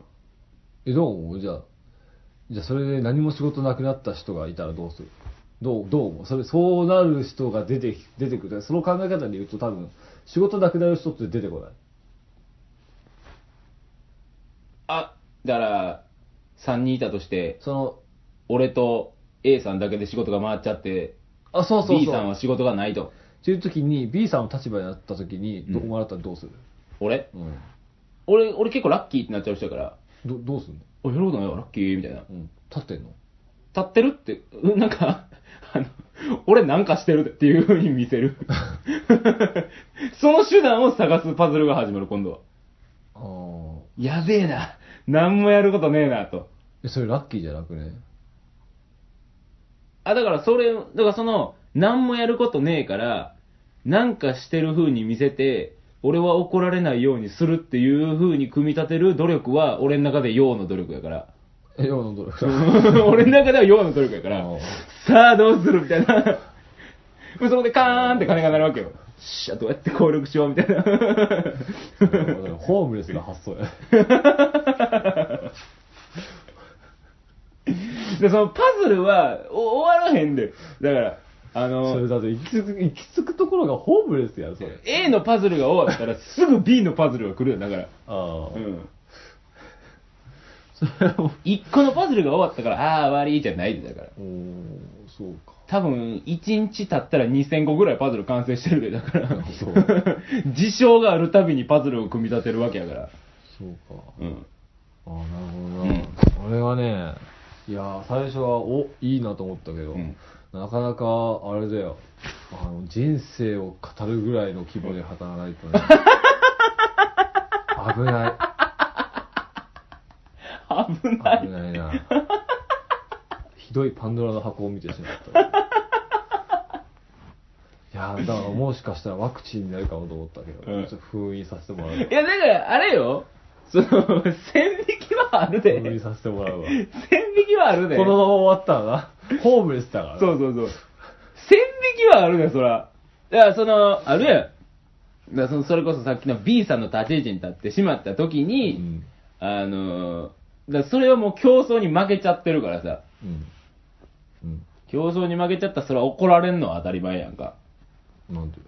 [SPEAKER 2] えどう思うじゃあじゃあそれで何も仕事なくなった人がいたらどうするどうどう思うそれそうなる人が出てき出てくるその考え方で言うと多分仕事なくなる人って出てこない
[SPEAKER 1] あ、だから、3人いたとして、
[SPEAKER 2] その
[SPEAKER 1] 俺と A さんだけで仕事が回っちゃって、
[SPEAKER 2] あそうそうそう
[SPEAKER 1] B さんは仕事がないと。
[SPEAKER 2] っていう時に B さんの立場になった時に
[SPEAKER 1] うん
[SPEAKER 2] どこもらったらどうする、
[SPEAKER 1] 俺
[SPEAKER 2] うん
[SPEAKER 1] 俺、俺結構ラッキーってなっちゃう人やから、
[SPEAKER 2] どどうするの、
[SPEAKER 1] お、やることないわ、ラッキーみたいな。
[SPEAKER 2] うん、立ってんの
[SPEAKER 1] 立ってるって、うんなんか、 あの、俺なんかしてるっていう風に見せる。 その手段を探すパズルが始まる、今度は。
[SPEAKER 2] ああ
[SPEAKER 1] やべえな。何もやることねえな、と。
[SPEAKER 2] えそれラッキーじゃなくね
[SPEAKER 1] あ、だからそれ、だからその、何もやることねえから、なんかしてる風に見せて、俺は怒られないようにするっていう風に組み立てる努力は、俺の中で陽の努力やから。
[SPEAKER 2] えようどれ
[SPEAKER 1] 俺の中では陽の努力やから
[SPEAKER 2] うん、
[SPEAKER 1] さあどうするみたいな。 そこでカーンって鐘が鳴るわけよ。しゃ、どうやって協力しようみたいな。
[SPEAKER 2] ホームレスな発想や
[SPEAKER 1] で、そのパズルはお終わらへんで。だから、あの、
[SPEAKER 2] それだって行き着く行き着くところがホームレスやんそれ
[SPEAKER 1] A のパズルが終わったらすぐ B のパズルが来るよだから、
[SPEAKER 2] あ あ、
[SPEAKER 1] うん、1個のパズルが終わったからああー終わりじゃないでだから
[SPEAKER 2] おーそうか
[SPEAKER 1] 多分1日経ったら2000個ぐらいパズル完成してるでだから
[SPEAKER 2] そう
[SPEAKER 1] 事象があるたびにパズルを組み立てるわけやから、
[SPEAKER 2] そうか
[SPEAKER 1] うん、
[SPEAKER 2] ああなるほどな、
[SPEAKER 1] うん
[SPEAKER 2] 俺はねいやー最初はおいいなと思ったけど、
[SPEAKER 1] うん
[SPEAKER 2] なかなかあれだよあの人生を語るぐらいの規模で働かないとね 危な
[SPEAKER 1] 危ない
[SPEAKER 2] い危ないなひどいパンドラの箱を見てしまったいやーだからもしかしたらワクチンになるかもと思ったけど、
[SPEAKER 1] うん
[SPEAKER 2] ちょっと封印させてもらう
[SPEAKER 1] いやだからあれよその線引きはあるで
[SPEAKER 2] 封印させてもらうわ
[SPEAKER 1] 線引きはあるで
[SPEAKER 2] このまま終わったらなホームレスだからな
[SPEAKER 1] そうそうそう。線引きはあるね、そら。だから、その、あるやん。だからそのそれこそさっきの B さんの立ち位置に立ってしまった時に、
[SPEAKER 2] うん
[SPEAKER 1] あのー、だからそれはもう競争に負けちゃってるからさ。
[SPEAKER 2] うん。うん。
[SPEAKER 1] 競争に負けちゃったらそれは怒られんのは当たり前やんか。
[SPEAKER 2] なんて。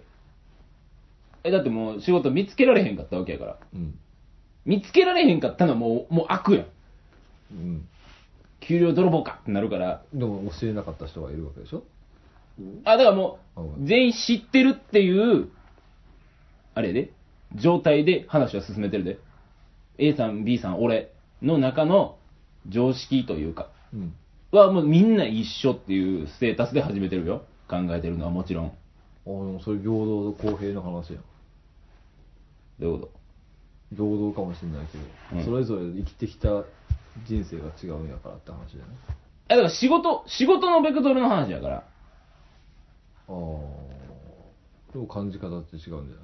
[SPEAKER 1] え、だってもう仕事見つけられへんかったわけやから。
[SPEAKER 2] うん。
[SPEAKER 1] 見つけられへんかったのはもう、もう悪やん。
[SPEAKER 2] うん。
[SPEAKER 1] 給料泥棒かってなるから。
[SPEAKER 2] でも教えなかった人がいるわけでしょ
[SPEAKER 1] あ、だからも
[SPEAKER 2] う
[SPEAKER 1] う、
[SPEAKER 2] ん
[SPEAKER 1] 全員知ってるっていう、あれやで、状態で話は進めてるで。A さん、B さん、俺の中の常識というか、
[SPEAKER 2] うん。
[SPEAKER 1] はもうみんな一緒っていうステータスで始めてるよ。考えてるのはもちろん。
[SPEAKER 2] あでもそれ平等と公平の話やん
[SPEAKER 1] どういうこ
[SPEAKER 2] 平等かもしれないけど、
[SPEAKER 1] うん
[SPEAKER 2] それぞれ生きてきた人生が違うんやからって話だよね
[SPEAKER 1] とえ、だから仕事、仕事のベクトルの話やから。
[SPEAKER 2] ああでも感じ方って違うんじゃない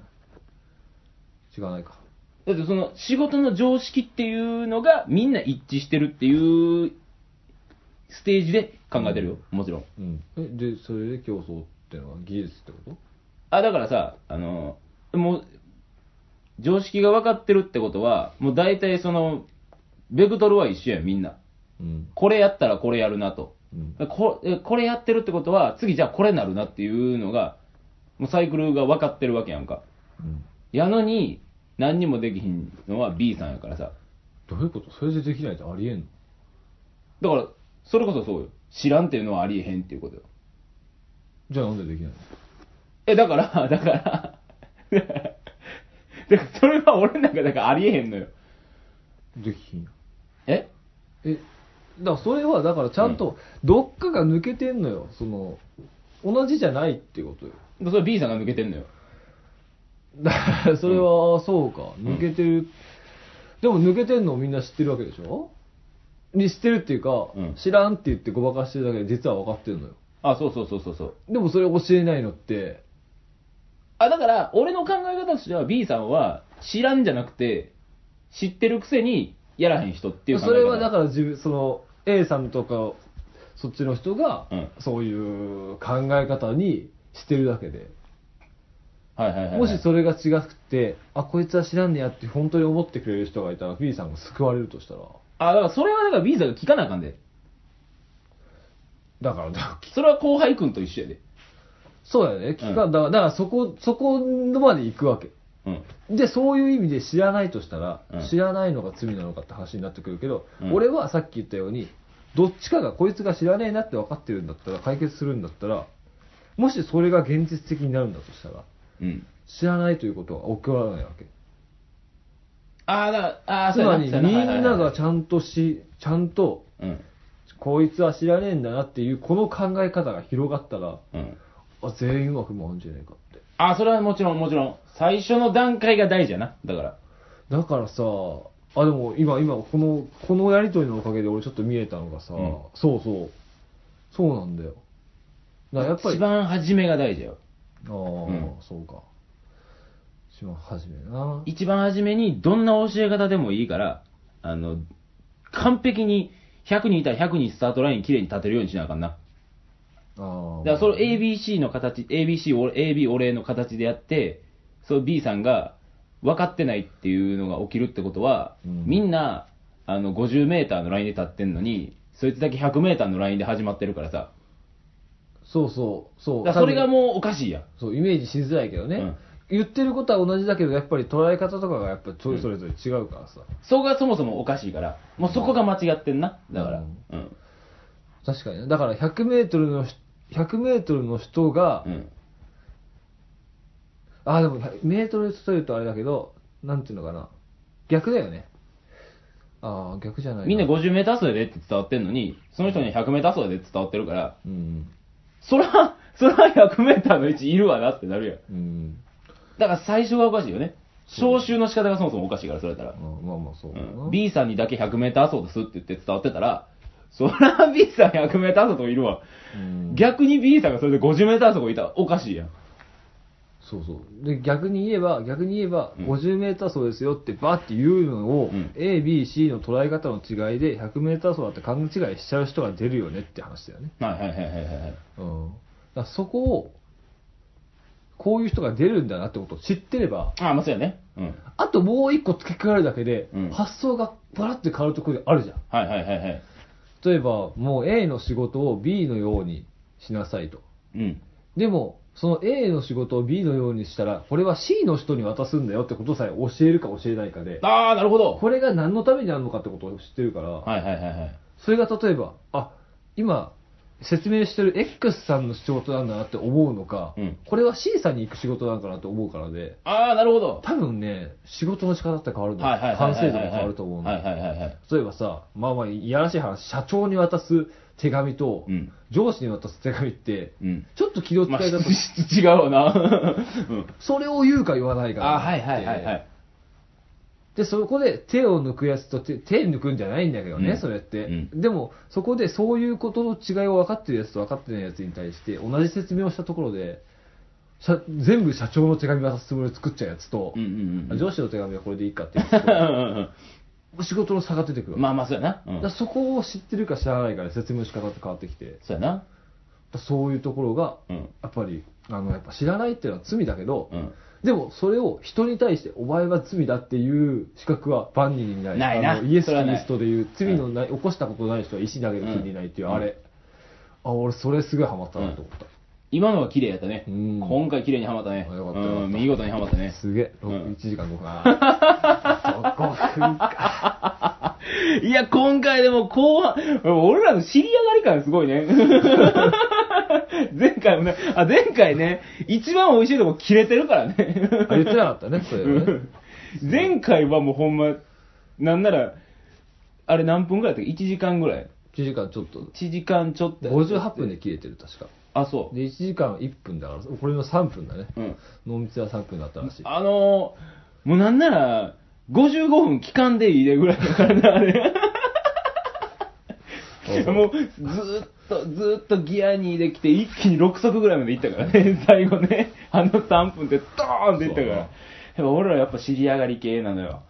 [SPEAKER 2] 違わないか
[SPEAKER 1] だってその仕事の常識っていうのがみんな一致してるっていうステージで考えてるよ、もちろん。
[SPEAKER 2] うんえでそれで競争ってのは技術ってこ
[SPEAKER 1] あ、だからさ、あの、もう、常識が分かってるってことは、もう大体その、ベクトルは一緒やん、みんな。
[SPEAKER 2] とうん
[SPEAKER 1] これやったらこれやるなと。
[SPEAKER 2] うん
[SPEAKER 1] こえこれやってるってことは、次じゃあこれなるなっていうのが、もうサイクルが分かってるわけやんか。
[SPEAKER 2] うん
[SPEAKER 1] やのに、何にもできひんのは B さんやからさ。
[SPEAKER 2] どういうことそれでできないってありえんの
[SPEAKER 1] だから、それこそそうよ。知らんっていうのはありえへんっていうことよ。
[SPEAKER 2] じゃあなんでできないの
[SPEAKER 1] え、だから、 だから、だからそれは俺なんかだからありえへんのよ。
[SPEAKER 2] できひんやん
[SPEAKER 1] え
[SPEAKER 2] えだからそれはだからちゃんとどっかが抜けてんのよその同じじゃないってことよ
[SPEAKER 1] それ B さんが抜けてんのよ。
[SPEAKER 2] だから それは、そうか抜けてる、でも抜けてんのをみんな知ってるわけでしょに知ってるっていうか、
[SPEAKER 1] うん
[SPEAKER 2] 知らんって言ってごまかしてるだけで実は分かってるのよ
[SPEAKER 1] あ、そうそうそうそうそう。
[SPEAKER 2] でもそれ教えないのって
[SPEAKER 1] あ、だから、俺の考え方としては B さんは、知らんじゃなくて、知ってるくせに、やらへん人っていう考え方。
[SPEAKER 2] それはだから自分その A さんとかそっちの人が、
[SPEAKER 1] うん
[SPEAKER 2] そういう考え方にしてるだけで
[SPEAKER 1] ら、はいはいはいはい、
[SPEAKER 2] もしそれが違くて、あ、こいつは知らんねやって本当に思ってくれる人がいたら、フィーさんが救われるとしたら、
[SPEAKER 1] あ、だからそれはだから B さんが聞かなあかんで。
[SPEAKER 2] だから、だからき
[SPEAKER 1] それは後輩君と一緒やで。
[SPEAKER 2] そうだよね。聞か、だから、だからそこ、そこまで行くわけ。
[SPEAKER 1] うん。
[SPEAKER 2] で、そういう意味で知らないとしたら、
[SPEAKER 1] うん
[SPEAKER 2] 知らないのが罪なのかって話になってくるけど、
[SPEAKER 1] うん
[SPEAKER 2] 俺はさっき言ったように、どっちかがこいつが知らねえなって分かってるんだったら、解決するんだったら、もしそれが現実的になるんだとしたら、
[SPEAKER 1] うん。
[SPEAKER 2] 知らないということは起こらないわけ。
[SPEAKER 1] あーだから、あー
[SPEAKER 2] つ
[SPEAKER 1] そう
[SPEAKER 2] ま
[SPEAKER 1] や
[SPEAKER 2] り、み
[SPEAKER 1] そうやはいはい
[SPEAKER 2] んな
[SPEAKER 1] は
[SPEAKER 2] が
[SPEAKER 1] い
[SPEAKER 2] ちゃんとし、ちゃんと
[SPEAKER 1] うん。
[SPEAKER 2] こいつは知らねえんだなっていう、この考え方が広がったら、
[SPEAKER 1] うん。
[SPEAKER 2] あ、全員うまく回るんじゃないかって。
[SPEAKER 1] あ、それはもちろんもちろん。最初の段階が大事やな。だから。
[SPEAKER 2] だからさ、あ、でも今、今、この、このやりとりのおかげで俺ちょっと見えたのがさ、
[SPEAKER 1] うん
[SPEAKER 2] そうそう。そうなんだよ。だからやっぱり、
[SPEAKER 1] 一
[SPEAKER 2] あ
[SPEAKER 1] 番初めが大事よ。
[SPEAKER 2] あー、
[SPEAKER 1] うん
[SPEAKER 2] そうか。一番初めな。
[SPEAKER 1] 一番初めにどんな教え方でもいいから、あの、完璧に100人いたら100人スタートラインきれいに立てるようにしなあかんな。
[SPEAKER 2] あ
[SPEAKER 1] だ
[SPEAKER 2] あ。
[SPEAKER 1] からそれ ABC の形、ABC 俺、AB お礼の形でやって、そう B さんが分かってないっていうのが起きるってことは、
[SPEAKER 2] うん
[SPEAKER 1] みんな、あの、50メーターのラインで立ってんのに、そいつだけ100メーターのラインで始まってるからさ。
[SPEAKER 2] そうそう、そう。
[SPEAKER 1] だからそれが
[SPEAKER 2] う、
[SPEAKER 1] もうおかしいやん。
[SPEAKER 2] そう、イメージしづらいけどね。
[SPEAKER 1] うん
[SPEAKER 2] 言ってることは同じだけど、やっぱり捉え方とかがやっぱりちょいそれぞれ違うからさ。
[SPEAKER 1] そこがそもそもおかしいから、もうそこが間違ってんな。だから。
[SPEAKER 2] うん
[SPEAKER 1] うん。
[SPEAKER 2] 確かにねだから100メートルのひ100メートルの人が、
[SPEAKER 1] うん。
[SPEAKER 2] あでも100メートルというとあれだけどなんていうのかな逆だよねああ逆じゃない
[SPEAKER 1] みんな50メーター走やでって伝わってんのに、その人には100メーター走やでって伝わってるから、
[SPEAKER 2] うん
[SPEAKER 1] そら、 そら100メーターの位置いるわなってなるやん。
[SPEAKER 2] うん
[SPEAKER 1] だから最初がおかしいよね。招集の仕方がそもそもおかしいから、それやったら
[SPEAKER 2] あ。まあまあそうだな、
[SPEAKER 1] うん B さんにだけ100メーター走ですって言って伝わってたら、そら B さん100メーター走といるわ。
[SPEAKER 2] うん
[SPEAKER 1] 逆に B さんがそれで50メーター走いたらおかしいやん。
[SPEAKER 2] そうそうで逆に言えば逆に言えば、
[SPEAKER 1] うん
[SPEAKER 2] 50m 走ですよってバーって言うのを、
[SPEAKER 1] うん
[SPEAKER 2] ABC の捉え方の違いで 100m 走だって勘違いしちゃう人が出るよねって話だよね
[SPEAKER 1] はいはいはいはいはい。
[SPEAKER 2] うん、だからそこをこういう人が出るんだなってことを知ってれば
[SPEAKER 1] ああ、まあそうやね。うん。
[SPEAKER 2] あともう一個付け加えるだけで、
[SPEAKER 1] うん
[SPEAKER 2] 発想がバラッて変わるところであるじゃん
[SPEAKER 1] はいはいはいはい。
[SPEAKER 2] 例えばもう A の仕事を B のようにしなさいと
[SPEAKER 1] うん。
[SPEAKER 2] でもその A の仕事を B のようにしたらこれは C の人に渡すんだよってことさえ教えるか教えないかで
[SPEAKER 1] ああ、なるほど。
[SPEAKER 2] これが何のためにあるのかってことを知ってるから、
[SPEAKER 1] はいはいはいはい。
[SPEAKER 2] それが例えば、あ今、説明してる X さんの仕事なんだなって思うのか、
[SPEAKER 1] うん
[SPEAKER 2] これは C さんに行く仕事なんかなって思うからで、
[SPEAKER 1] ああ、なるほど。
[SPEAKER 2] 多分ね、仕事の仕方って変わるんだよ。
[SPEAKER 1] はいはいはいはい
[SPEAKER 2] 完
[SPEAKER 1] はい。
[SPEAKER 2] 成度も変わると思うんだ
[SPEAKER 1] は
[SPEAKER 2] よ
[SPEAKER 1] いはいはいはい。
[SPEAKER 2] 例えばさ、まあまあ、いやらしい話、社長に渡す手紙と、
[SPEAKER 1] うん。
[SPEAKER 2] 上司に渡す手紙って、
[SPEAKER 1] うん。
[SPEAKER 2] ちょっと気の使
[SPEAKER 1] まあ、
[SPEAKER 2] いだと、
[SPEAKER 1] 質質違うわな。うん。
[SPEAKER 2] それを言うか言わないか
[SPEAKER 1] あはいはいはいはい。
[SPEAKER 2] で、そこで手を抜くやつと手、手抜くんじゃないんだけどね、
[SPEAKER 1] うん
[SPEAKER 2] それって。
[SPEAKER 1] う
[SPEAKER 2] でも、そこでそういうことの違いを分かってるやつと分かってないやつに対して、同じ説明をしたところで、社全部社長の手紙渡すつもりで作っちゃうやつと、
[SPEAKER 1] うんうんうん。
[SPEAKER 2] 上司の手紙はこれでいいかっていうやつ
[SPEAKER 1] うん
[SPEAKER 2] と
[SPEAKER 1] うん
[SPEAKER 2] 仕事の差が出て
[SPEAKER 1] う
[SPEAKER 2] くるわ
[SPEAKER 1] ん。まあまあ、そうやな。う
[SPEAKER 2] だ
[SPEAKER 1] ん
[SPEAKER 2] から。そこを知ってるか知らないかで説明の仕方って変わってきて、だか
[SPEAKER 1] そうやな。
[SPEAKER 2] らそういうところが、
[SPEAKER 1] うん。
[SPEAKER 2] やっぱり、あの、やっぱ知らないっていうのは罪だけど、
[SPEAKER 1] うん。
[SPEAKER 2] でもそれを人に対してお前は罪だっていう資格は万人にない。
[SPEAKER 1] ないな
[SPEAKER 2] あのイエス・
[SPEAKER 1] そ
[SPEAKER 2] キ
[SPEAKER 1] れはない
[SPEAKER 2] リストでいう罪のない、起こしたことない人は石投げる国にないっていう、
[SPEAKER 1] うん
[SPEAKER 2] あれ。あ、俺それすごいハマったなと思った。
[SPEAKER 1] 今のは綺麗やったね。
[SPEAKER 2] うん
[SPEAKER 1] 今回綺麗にはまったね。
[SPEAKER 2] あよかったよかった
[SPEAKER 1] うん。見事にはまった ね。
[SPEAKER 2] すげえ、
[SPEAKER 1] うん
[SPEAKER 2] 1時間5分。あ ー5分か。
[SPEAKER 1] いや、今回でも後半、俺らの知り上がり感すごい ね。前回もね、あ、前回ね、一番美味しいとこ切れてるからね。
[SPEAKER 2] あ言ってなかったね、それはね。
[SPEAKER 1] 前回はもうほんま、なんなら、あれ何分ぐらいだったっけ ?1 時間ぐらい。
[SPEAKER 2] 1時間ちょっと。
[SPEAKER 1] 1時間ちょっと。
[SPEAKER 2] 58分で切れてる、確か。
[SPEAKER 1] あ、そう。
[SPEAKER 2] で、1時間1分だから、これの3分だね。
[SPEAKER 1] うん。
[SPEAKER 2] 濃密は3分だったらしい。
[SPEAKER 1] あのー、もうなんなら、55分期間でいいねぐらいだからな、あれ。
[SPEAKER 2] そうそう
[SPEAKER 1] もう、ずーっと、ずーっとギアにできて、一気に6足ぐらいまでいったからね、 最後ね、あの3分でドーンっていったから。やっぱ俺らやっぱ知り上がり系なのよ。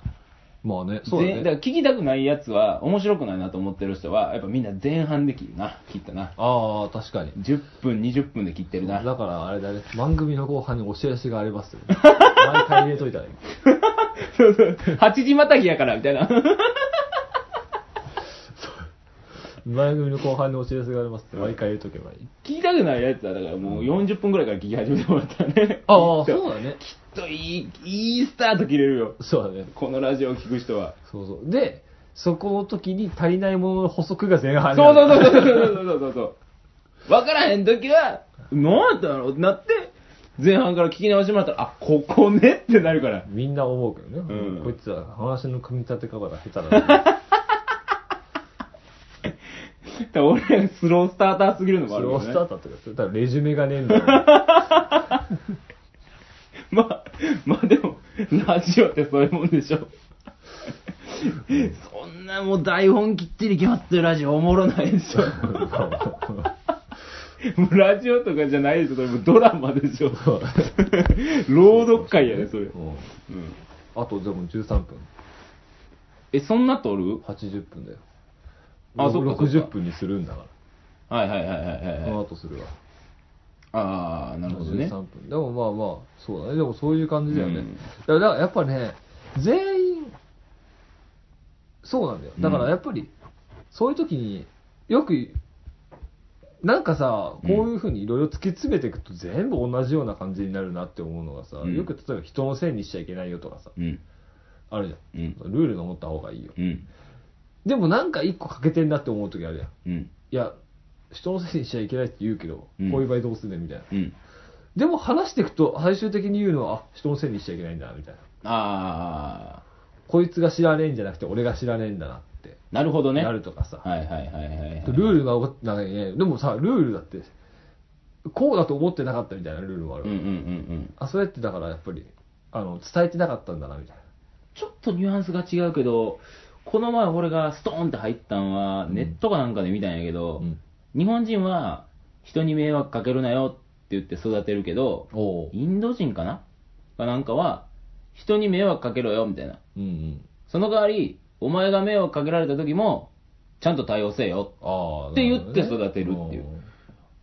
[SPEAKER 2] まあね、そうだ
[SPEAKER 1] ぜ
[SPEAKER 2] ね
[SPEAKER 1] んだから。聞きたくないやつは、面白くないなと思ってる人は、やっぱみんな前半で切るな、切ったな。
[SPEAKER 2] ああ、確かに。
[SPEAKER 1] 10分、20分で切ってるな。
[SPEAKER 2] だからあれだね、番組の後半にお知らせがありますよ。 毎回入れといたらいい。
[SPEAKER 1] そうそう。8時またぎやから、みたいな。
[SPEAKER 2] 番組の後半にお知らせがありますって毎回入れとけばいい。
[SPEAKER 1] 聞きたくないやつは、だからもう40分ぐらいから聞き始めてもらったらね。
[SPEAKER 2] ああ、
[SPEAKER 1] きっと
[SPEAKER 2] そうだね。
[SPEAKER 1] きっといい、いいスタート切れるよ。
[SPEAKER 2] そうだね。
[SPEAKER 1] このラジオを聞く人は。
[SPEAKER 2] そうそう。で、そこの時に足りないものの補足が前半に
[SPEAKER 1] そうそう
[SPEAKER 2] う。
[SPEAKER 1] そうそうそうそうそうそう。わからへん時は、なんだろうってなって、前半から聞き直してもらったら、あ、ここねってなるから。
[SPEAKER 2] みんな思うけどね。
[SPEAKER 1] うん
[SPEAKER 2] こいつは話の組み立て方が下手だな。
[SPEAKER 1] だから俺、スロースターターすぎるのもあ
[SPEAKER 2] そ
[SPEAKER 1] る
[SPEAKER 2] れ
[SPEAKER 1] からね。
[SPEAKER 2] をスタートとかする。だからレジュメがねえんだ よ。
[SPEAKER 1] まあ、まあでも、ラジオってそういうもんでしょ。そんなもう台本きっちり決まってるラジオおもろないでしょ。もうラジオとかじゃないでしょ、それもうドラマでしょ。朗読会やね、それ。
[SPEAKER 2] うん
[SPEAKER 1] うん
[SPEAKER 2] あと、でも13分。
[SPEAKER 1] え、そんな撮る
[SPEAKER 2] 80分だよ。
[SPEAKER 1] あそっかそっか
[SPEAKER 2] 60分にするんだから。
[SPEAKER 1] はいはいはいはいはい
[SPEAKER 2] この
[SPEAKER 1] はい。
[SPEAKER 2] 後するわ。
[SPEAKER 1] ああ、なるほどね
[SPEAKER 2] 13。分でもまあまあそうだねでもそういう感じだよね、
[SPEAKER 1] うん
[SPEAKER 2] だからだからやっぱね全員そうなんだよだからやっぱり、そういう時によくなんかさこういうふうにいろいろ突き詰めていくと全部同じような感じになるなって思うのがさ、
[SPEAKER 1] うん
[SPEAKER 2] よく例えば人のせいにしちゃいけないよとかさ
[SPEAKER 1] うん。
[SPEAKER 2] あるじ
[SPEAKER 1] うん
[SPEAKER 2] ゃんルールの持った方がいいよ
[SPEAKER 1] うん。
[SPEAKER 2] でもなんか一個欠けてんなって思う時あるやん
[SPEAKER 1] うん。
[SPEAKER 2] いや人のせいにしちゃいけないって言うけど、
[SPEAKER 1] うん
[SPEAKER 2] こういう場合どうすんねんみたいな
[SPEAKER 1] うん。
[SPEAKER 2] でも話していくと最終的に言うのはあ人のせいにしちゃいけないんだなみたいな
[SPEAKER 1] ああ、
[SPEAKER 2] こいつが知らねえんじゃなくて俺が知らねえんだなって
[SPEAKER 1] なるほどね。
[SPEAKER 2] なるとかさ、
[SPEAKER 1] はいはいはいはいはい。
[SPEAKER 2] ルールが分かってないねでもさルールだってこうだと思ってなかったみたいなルールもある
[SPEAKER 1] う
[SPEAKER 2] わ、
[SPEAKER 1] んうんうんうん。
[SPEAKER 2] あそれってだからやっぱりあの伝えてなかったんだなみたいな
[SPEAKER 1] ちょっとニュアンスが違うけど、この前俺がストーンって入ったんは、
[SPEAKER 2] うん
[SPEAKER 1] ネットかなんかで見たんやけど、
[SPEAKER 2] うん
[SPEAKER 1] 日本人は人に迷惑かけるなよって言って育てるけど、
[SPEAKER 2] お
[SPEAKER 1] インド人かなかなんかは、人に迷惑かけろよみたいな。
[SPEAKER 2] うんうん
[SPEAKER 1] その代わり、お前が迷惑かけられた時も、ちゃんと対応せよ。
[SPEAKER 2] ああ
[SPEAKER 1] って言って育てるっていう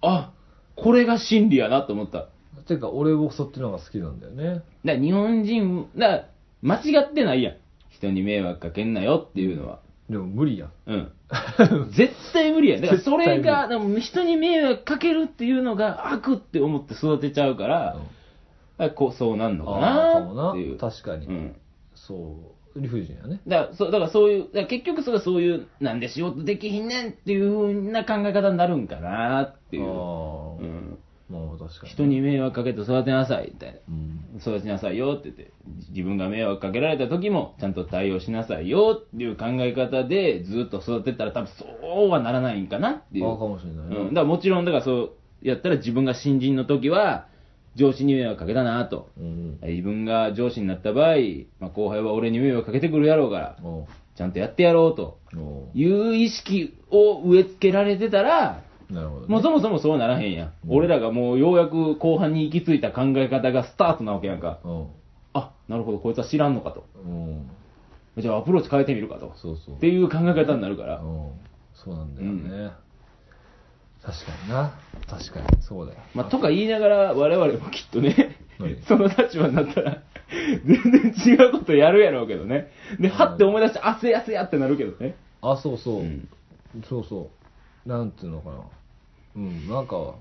[SPEAKER 1] あ、これが真理やなと思った。だか
[SPEAKER 2] ていうか俺もそっちの方が好きなんだよね
[SPEAKER 1] ら日本人、だから間違ってないやん。人に迷惑かけんなよっていうのは。
[SPEAKER 2] でも無理やん
[SPEAKER 1] うん。絶対無理や。だからそれが、
[SPEAKER 2] 絶
[SPEAKER 1] でも人に迷惑かけるっていうのが悪って思って育てちゃうから、
[SPEAKER 2] うん
[SPEAKER 1] だからこうそうなんのか
[SPEAKER 2] あーかも
[SPEAKER 1] なっていう。
[SPEAKER 2] な確かに、
[SPEAKER 1] うん。
[SPEAKER 2] そ理不尽やね。
[SPEAKER 1] だからそうだからそういう、だから結局それはそういう、なんで仕事できひんねんっていうふうな考え方になるんかなっていう、
[SPEAKER 2] ああ、
[SPEAKER 1] うん
[SPEAKER 2] まあ確かに。
[SPEAKER 1] 人に迷惑かけて育てなさいみたいな、
[SPEAKER 2] うん。
[SPEAKER 1] 育ちなさいよって言って、自分が迷惑かけられた時もちゃんと対応しなさいよっていう考え方でずっと育てたら、多分そうはならないんかなっていう。
[SPEAKER 2] ああ、かもしれないね。
[SPEAKER 1] うん、だからもちろん、だからそうやったら自分が新人の時は、上司に迷惑かけたなと。
[SPEAKER 2] うん。
[SPEAKER 1] 自分が上司になった場合、まあ、後輩は俺に迷惑かけてくるやろうから、
[SPEAKER 2] お
[SPEAKER 1] ちゃんとやってやろうと
[SPEAKER 2] うお
[SPEAKER 1] いう意識を植え付けられてたら、
[SPEAKER 2] うなるほど、ね。
[SPEAKER 1] もうそもそもそうならへんやん。
[SPEAKER 2] うん
[SPEAKER 1] 俺らがもうようやく後半に行き着いた考え方がスタートなわけやんか。
[SPEAKER 2] お
[SPEAKER 1] あ、なるほど、こいつは知らんのかと。
[SPEAKER 2] ううん。
[SPEAKER 1] じゃあアプローチ変えてみるかと。
[SPEAKER 2] そうそう。
[SPEAKER 1] っていう考え方になるから。
[SPEAKER 2] うん。そうなんだよね。確かにな。確かに。そうだよ。
[SPEAKER 1] まあ、とか言いながら、我々もきっとね
[SPEAKER 2] はい、
[SPEAKER 1] その立場になったら、全然違うことやるやろうけどね。で、はって思い出して、あせやせやってなるけどね。
[SPEAKER 2] あ、そうそう。
[SPEAKER 1] うん
[SPEAKER 2] そうそう。なんていうのかな。うん、なんか、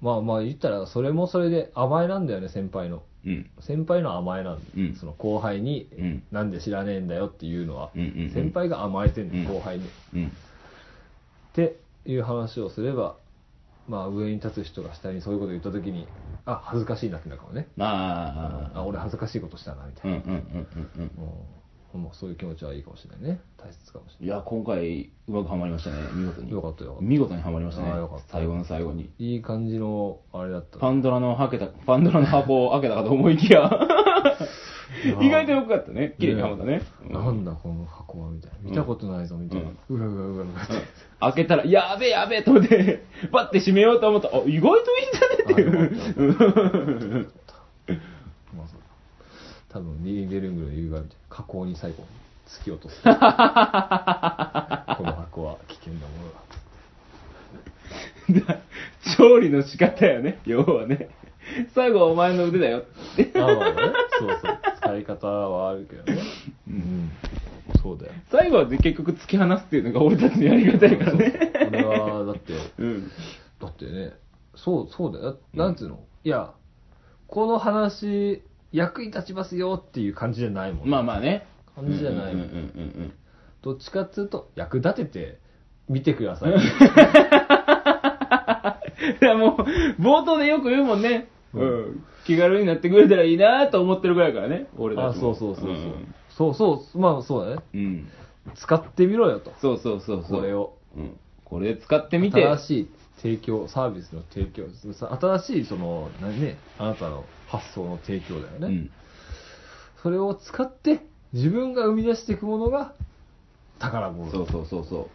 [SPEAKER 2] まあまあ言ったら、それもそれで甘えなんだよね、先輩の。
[SPEAKER 1] うん。
[SPEAKER 2] 先輩の甘えなんだよ、
[SPEAKER 1] うん
[SPEAKER 2] その後輩に、
[SPEAKER 1] うん
[SPEAKER 2] なんで知らねえんだよっていうのは、
[SPEAKER 1] うんうんうん
[SPEAKER 2] 先輩が甘えてんの、
[SPEAKER 1] うん
[SPEAKER 2] 後輩に。っ
[SPEAKER 1] うん。
[SPEAKER 2] ていう話をすれば、まあ、上に立つ人が下にそういうこと言った時に、あ恥ずかしいなってなるかもね、
[SPEAKER 1] まあ、
[SPEAKER 2] あ俺恥ずかしいことしたなみた
[SPEAKER 1] う
[SPEAKER 2] い
[SPEAKER 1] んう
[SPEAKER 2] な、
[SPEAKER 1] んうんうんう
[SPEAKER 2] もうもうそういう気持ちはいいかもしれないね、大切かもしれ
[SPEAKER 1] ん。いや、今回、うまくはまりましたね、見事に。
[SPEAKER 2] よかったよかった
[SPEAKER 1] 見事にはまりましたね
[SPEAKER 2] あーよかっ。た
[SPEAKER 1] 最後の最後に。
[SPEAKER 2] ない。いい感じのあれだった
[SPEAKER 1] パ
[SPEAKER 2] ね
[SPEAKER 1] ンドラのはけた、パンドラの箱を開けたかと思いきや、
[SPEAKER 2] ー
[SPEAKER 1] 意外とよかったね。綺麗にはまったね。うん
[SPEAKER 2] なんだこの箱はみたいな見たことないぞみたいな、うわうわうわうわって
[SPEAKER 1] 開けたら、やべえやべえと思って、 バッて閉めようと思ったら、あ、意外といいんじゃねっていう。うん
[SPEAKER 2] まあそう多分ニーゲルングの言うがみたいな加工に最後突き落 とすこの箱は危険なものだ
[SPEAKER 1] 調理の仕方やね、要はね。最後はお前の腕だよって。
[SPEAKER 2] あまあねそうそう使い方はあるけどねうんそうだよ
[SPEAKER 1] 最後は結局突き放すっていうのが俺たちのやり方やからね。
[SPEAKER 2] これはだって
[SPEAKER 1] うん。
[SPEAKER 2] だってねそうそうだよななんつうの、いやこの話役に立ちますよっていう感じじゃないもん、
[SPEAKER 1] まあまあね。
[SPEAKER 2] 感じじゃない
[SPEAKER 1] うん
[SPEAKER 2] も
[SPEAKER 1] うん
[SPEAKER 2] ん
[SPEAKER 1] うんうん
[SPEAKER 2] どっちかっつうと役立てて見てください
[SPEAKER 1] うん。いやもう、冒頭でよく言うもんね。うん。気軽になってくれたらいいなと思ってるぐらいからね、俺た
[SPEAKER 2] あ
[SPEAKER 1] ちも。
[SPEAKER 2] そうそうそうそう、
[SPEAKER 1] ん
[SPEAKER 2] そうそうまあそうだね
[SPEAKER 1] うん。
[SPEAKER 2] 使ってみろよと
[SPEAKER 1] そうそうそうそう。
[SPEAKER 2] これを
[SPEAKER 1] うん。これ使ってみて。
[SPEAKER 2] 新しい提供サービスの提供さ新しいその何ねあなたの発想の提供だよね、
[SPEAKER 1] うん。
[SPEAKER 2] それを使って自分が生み出していくものが宝物
[SPEAKER 1] そうそうそうそう。
[SPEAKER 2] もう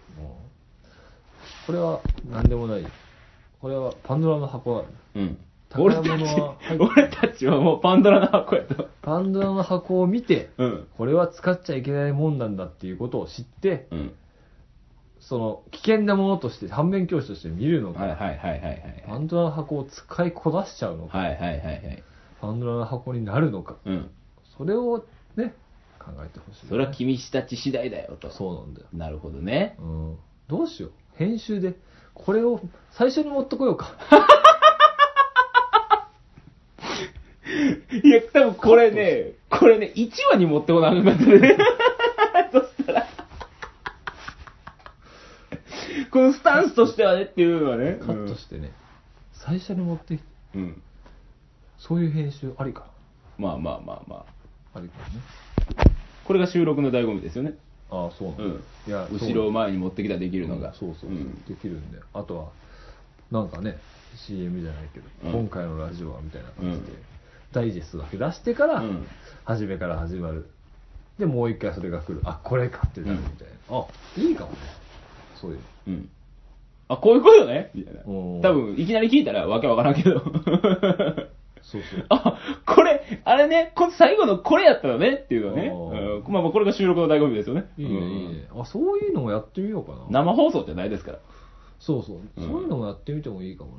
[SPEAKER 2] これは何でもないこれはパンドラの箱だ
[SPEAKER 1] うん。俺た
[SPEAKER 2] 宝
[SPEAKER 1] ち
[SPEAKER 2] 物は、
[SPEAKER 1] 俺たちはもうパンドラの箱やと。
[SPEAKER 2] パンドラの箱を見て
[SPEAKER 1] うん。
[SPEAKER 2] これは使っちゃいけないもんなんだっていうことを知って
[SPEAKER 1] うん。
[SPEAKER 2] その危険なものとして反面教師として見るのか、
[SPEAKER 1] はいはいはいはいはい。
[SPEAKER 2] パンドラの箱を使いこなしちゃうのか、
[SPEAKER 1] はいはいはいはい。
[SPEAKER 2] パンドラの箱になるのか
[SPEAKER 1] うん。
[SPEAKER 2] それをね考えてほしい、ね、
[SPEAKER 1] それは君たち次第だよと。
[SPEAKER 2] そうなんだよ、
[SPEAKER 1] なるほどね。
[SPEAKER 2] うん、どうしよう編集でこれを最初に持ってこようか
[SPEAKER 1] いや、多分これね、これね、1話に持ってこなあかんかったね。 そしたら。 このスタンスとしてはねっていうのはね。
[SPEAKER 2] カットしてね、最初に持ってきて
[SPEAKER 1] うん。うん。
[SPEAKER 2] そういう編集ありか
[SPEAKER 1] まあまあまあまあ。
[SPEAKER 2] ありかもね
[SPEAKER 1] これが収録の醍醐味ですよね。
[SPEAKER 2] ああそうなんだ、
[SPEAKER 1] うん。
[SPEAKER 2] いやそう
[SPEAKER 1] 後ろを前に持ってきたできるのが。
[SPEAKER 2] そうそう、
[SPEAKER 1] ん
[SPEAKER 2] できるんであとはなんかね CM じゃないけど、
[SPEAKER 1] うん
[SPEAKER 2] 今回のラジオはみたいな感じで、
[SPEAKER 1] うん
[SPEAKER 2] ダイジェストだけ出してから、
[SPEAKER 1] うん
[SPEAKER 2] 初めから始まるでもう一回それが来るあこれかってなるみたいな、あいいかもねそういう
[SPEAKER 1] うん。あ、こういうことねみたいな。
[SPEAKER 2] お
[SPEAKER 1] 多
[SPEAKER 2] ー
[SPEAKER 1] 分、いきなり聞いたらわけわからんけど。
[SPEAKER 2] そうそう
[SPEAKER 1] あ、これ、あれね、こ最後のこれやったよねっていうのね。
[SPEAKER 2] お
[SPEAKER 1] うんまあまあ、これが収録の醍醐味ですよね。
[SPEAKER 2] いいね
[SPEAKER 1] うん
[SPEAKER 2] いいねあそういうのもやってみようかな
[SPEAKER 1] 生放送じゃないですから。
[SPEAKER 2] そうそう、
[SPEAKER 1] うん
[SPEAKER 2] そういうのもやってみてもいいかも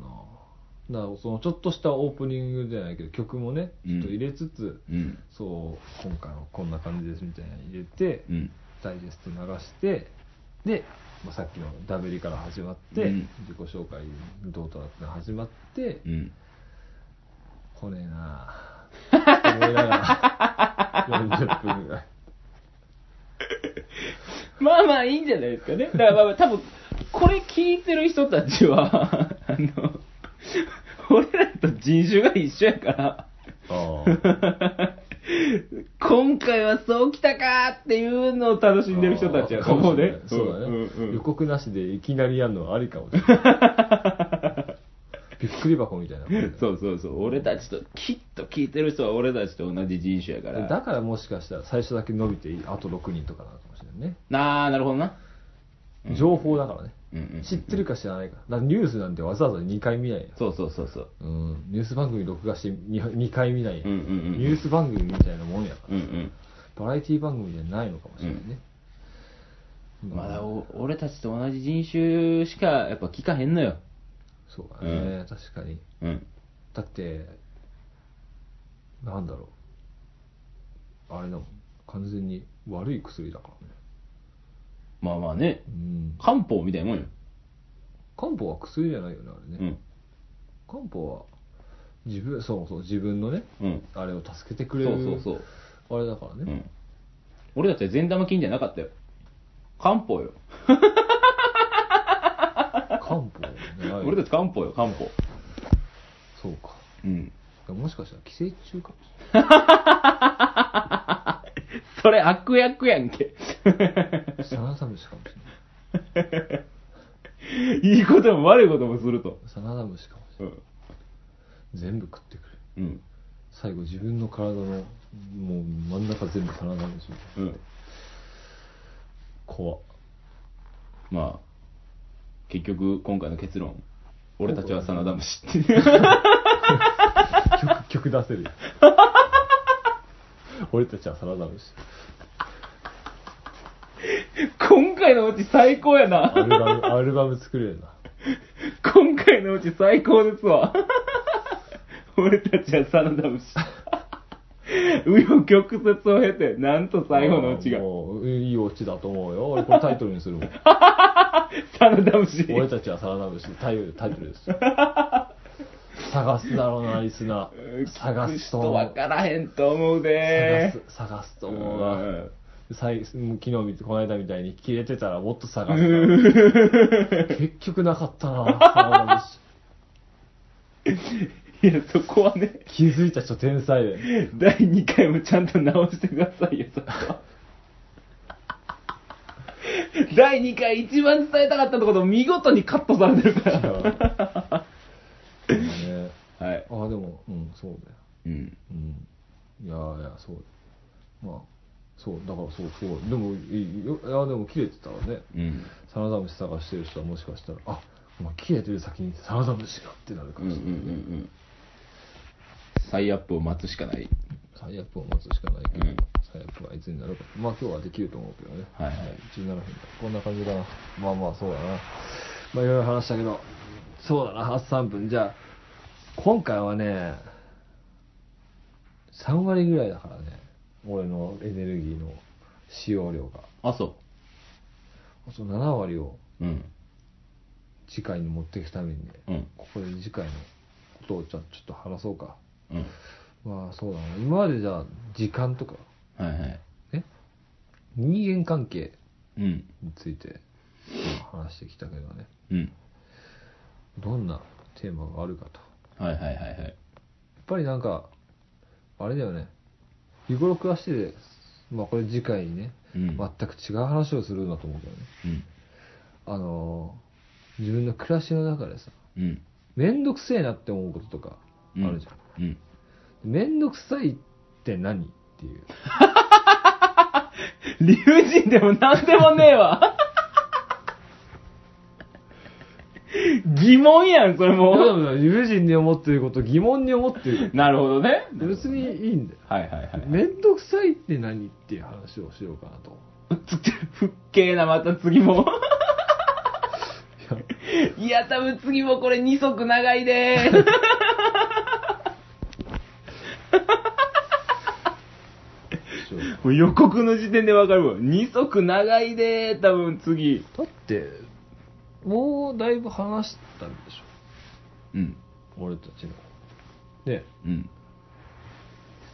[SPEAKER 2] なだからそのちょっとしたオープニングじゃないけど曲もねちょっと入れつつ、
[SPEAKER 1] うん。
[SPEAKER 2] そう今回はこんな感じですみたいなの入れて、
[SPEAKER 1] うん。
[SPEAKER 2] ダイジェスト流してで、まあ、さっきのダブリから始まって、
[SPEAKER 1] うん
[SPEAKER 2] 自己紹介どうとなって始まって、
[SPEAKER 1] うん。
[SPEAKER 2] こねえなぁ思いながら40分ぐらい
[SPEAKER 1] まあまあいいんじゃないですかね。だからまあまあ多分、これ聞いてる人たちは、 あの、俺らと人種が一緒やから、
[SPEAKER 3] あー
[SPEAKER 1] 今回はそうきたかっていうのを楽しんでる人たちやと思うね。
[SPEAKER 2] あーかもしれないそうだね、
[SPEAKER 1] んうん
[SPEAKER 2] 予告なしでいきなりやるのはありかもしれない びっくり箱みたいなもんね
[SPEAKER 1] そうそうそう。俺たちと、きっと聞いてる人は俺たちと同じ人種やから。
[SPEAKER 2] だからもしかしたら最初だけ伸びてあと6人とかなのかもしれないね、
[SPEAKER 1] なあ、なるほどな。うん
[SPEAKER 2] 情報だからね、
[SPEAKER 1] うんうん、
[SPEAKER 2] 知ってるか知らないかだからニュースなんてわざわざ2回見ないよ
[SPEAKER 1] そうそうそうそう。
[SPEAKER 2] うん、ニュース番組録画して 2, 回見ないよ、
[SPEAKER 1] うんうんうん
[SPEAKER 2] ニュース番組みたいなもんやから、
[SPEAKER 1] うんうん。
[SPEAKER 2] バラエティ番組じゃないのかもしれないね、うん
[SPEAKER 1] まだお俺たちと同じ人種しかやっぱ聞かへんのよ。
[SPEAKER 2] そうだね、
[SPEAKER 1] うん
[SPEAKER 2] 確かに
[SPEAKER 1] うん。
[SPEAKER 2] だってなんだろうあれだもん完全に悪い薬だからね
[SPEAKER 1] まあまあね
[SPEAKER 2] う。ん
[SPEAKER 1] 漢方みたいなもんよ。
[SPEAKER 2] 漢方は薬じゃないよねあれ
[SPEAKER 1] う
[SPEAKER 2] ね、
[SPEAKER 1] ん。
[SPEAKER 2] 漢方は自分そうそう自分のね
[SPEAKER 1] うん。
[SPEAKER 2] あれを助けて
[SPEAKER 1] そ
[SPEAKER 2] く
[SPEAKER 1] う
[SPEAKER 2] れる
[SPEAKER 1] そうそう。
[SPEAKER 2] あれだからね、
[SPEAKER 1] うん。俺たちは善玉菌じゃなかったよ。漢方よ。
[SPEAKER 2] 漢方じゃない
[SPEAKER 1] 俺たち漢方よ、漢方。
[SPEAKER 2] そうか
[SPEAKER 1] うん。
[SPEAKER 2] もしかしたら寄生虫かもし
[SPEAKER 1] それ悪役やんけ。
[SPEAKER 2] れないサナダムシかもしれない
[SPEAKER 1] いいことも悪いこともすると。
[SPEAKER 2] サナダムシかもし
[SPEAKER 1] うん。
[SPEAKER 2] れない全部食ってく
[SPEAKER 1] う
[SPEAKER 2] る
[SPEAKER 1] ん。
[SPEAKER 2] 最後自分の体のもう真ん中全部サナダムシ
[SPEAKER 1] うん。
[SPEAKER 2] 怖っ
[SPEAKER 1] まあ、結局、今回の結論。俺たちはサナダムシ。
[SPEAKER 2] 曲曲出 せるよ俺たちはサラダムシ
[SPEAKER 1] 今回のうち最高やな
[SPEAKER 2] ア。ルバ ムアルバム作れるな
[SPEAKER 1] 今回のうち最高ですわ。俺たちはサナダムシ。紆余曲折を経て、なんと最後のうちが、
[SPEAKER 2] もういいオチだと思うよ俺これタイトルにす るもん
[SPEAKER 1] サナダムシ。
[SPEAKER 2] 俺たちはサラダムシタイタイトル です探すだろうなリスナー探すと
[SPEAKER 1] 人
[SPEAKER 2] 思う
[SPEAKER 1] 分からへんと思うで
[SPEAKER 2] 探す探すと思うな、さいもう昨日見てこの間みたいに切れてたらもっと探すから結局なかったなサラダムシ
[SPEAKER 1] いや、そこはね、
[SPEAKER 2] 気づいた人天 才で
[SPEAKER 1] 第2回もちゃんと直してくださいよ、そこは。第2回一番伝えたかったところ見事にカットされてるから。
[SPEAKER 2] そうだね
[SPEAKER 1] はい。
[SPEAKER 2] ああでもうんそうだよ
[SPEAKER 1] うん。
[SPEAKER 2] うんいやいやそうまあそうだからそうそうでもいいよいやでも切れてたらね
[SPEAKER 1] うん。
[SPEAKER 2] サラダムシ探してる人はもしかしたらあまあ切れてる先にサラダムシがってなるか
[SPEAKER 1] うんうん
[SPEAKER 2] も
[SPEAKER 1] うん
[SPEAKER 2] し
[SPEAKER 1] う
[SPEAKER 2] れない、
[SPEAKER 1] ん。再アップを待つしかない。
[SPEAKER 2] 最悪を待つしかないけど、
[SPEAKER 1] うん
[SPEAKER 2] 最悪はいつになるかまあ今日はできると思うけどね
[SPEAKER 1] はいはい
[SPEAKER 2] 17分だこんな感じだなまあまあそうだなまあいろいろ話したけどそうだな3分じゃあ今回はね3割ぐらいだからね俺のエネルギーの使用量が
[SPEAKER 1] あ、そ
[SPEAKER 2] あと7割を
[SPEAKER 1] う。うん。
[SPEAKER 2] 次回に持っていくためにね、
[SPEAKER 1] うん
[SPEAKER 2] ここで次回のことをじゃあちょっと話そうか
[SPEAKER 1] うん。
[SPEAKER 2] まあそうだな今までじゃあ時間とか
[SPEAKER 1] はいはい。
[SPEAKER 2] ね人間関係
[SPEAKER 1] うん。
[SPEAKER 2] について話してきたけどね
[SPEAKER 1] うん。
[SPEAKER 2] どんなテーマがあるかとや
[SPEAKER 1] はいはいはいはい。
[SPEAKER 2] っぱりなんかあれだよね日頃暮らしててまあこれ次回にね、
[SPEAKER 1] うん。
[SPEAKER 2] 全く違う話をするんだと思うけどね
[SPEAKER 1] うん。
[SPEAKER 2] あのー自分の暮らしの中でさ
[SPEAKER 1] うん。
[SPEAKER 2] 面倒くせえなって思うこととかあるじゃん、
[SPEAKER 1] うん。
[SPEAKER 2] 面倒くさいって何っ ていう
[SPEAKER 1] 理不尽でもなんでもねえわ。疑問やん、それ
[SPEAKER 2] で
[SPEAKER 1] も。
[SPEAKER 2] も理不尽に思ってること疑問に思ってるこ
[SPEAKER 1] なるほどね。
[SPEAKER 2] と別にいいんだよ
[SPEAKER 1] はいはいはい。
[SPEAKER 2] 面倒くさいって何っていう話をしようかなと思う
[SPEAKER 1] ふっけえな、また次も。
[SPEAKER 2] いや
[SPEAKER 1] いや、多分次もこれ二足長いでーもう予告の時点でわかるわ。二足長いでー、多分次。
[SPEAKER 2] だってもうだいぶ話したんでし
[SPEAKER 1] うん。
[SPEAKER 2] ょ俺たちのね
[SPEAKER 1] うん。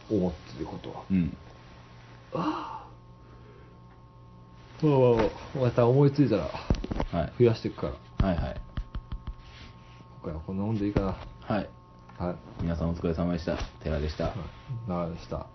[SPEAKER 2] 思ってることは
[SPEAKER 1] うん。
[SPEAKER 2] わわわまた思いついたら
[SPEAKER 1] はい。
[SPEAKER 2] 増やしていくから
[SPEAKER 1] はいはい。
[SPEAKER 2] 今回はこんなもんでいいか
[SPEAKER 1] はい。
[SPEAKER 2] なはい
[SPEAKER 1] 皆さんお疲れ様でした。寺でした。
[SPEAKER 2] 長でした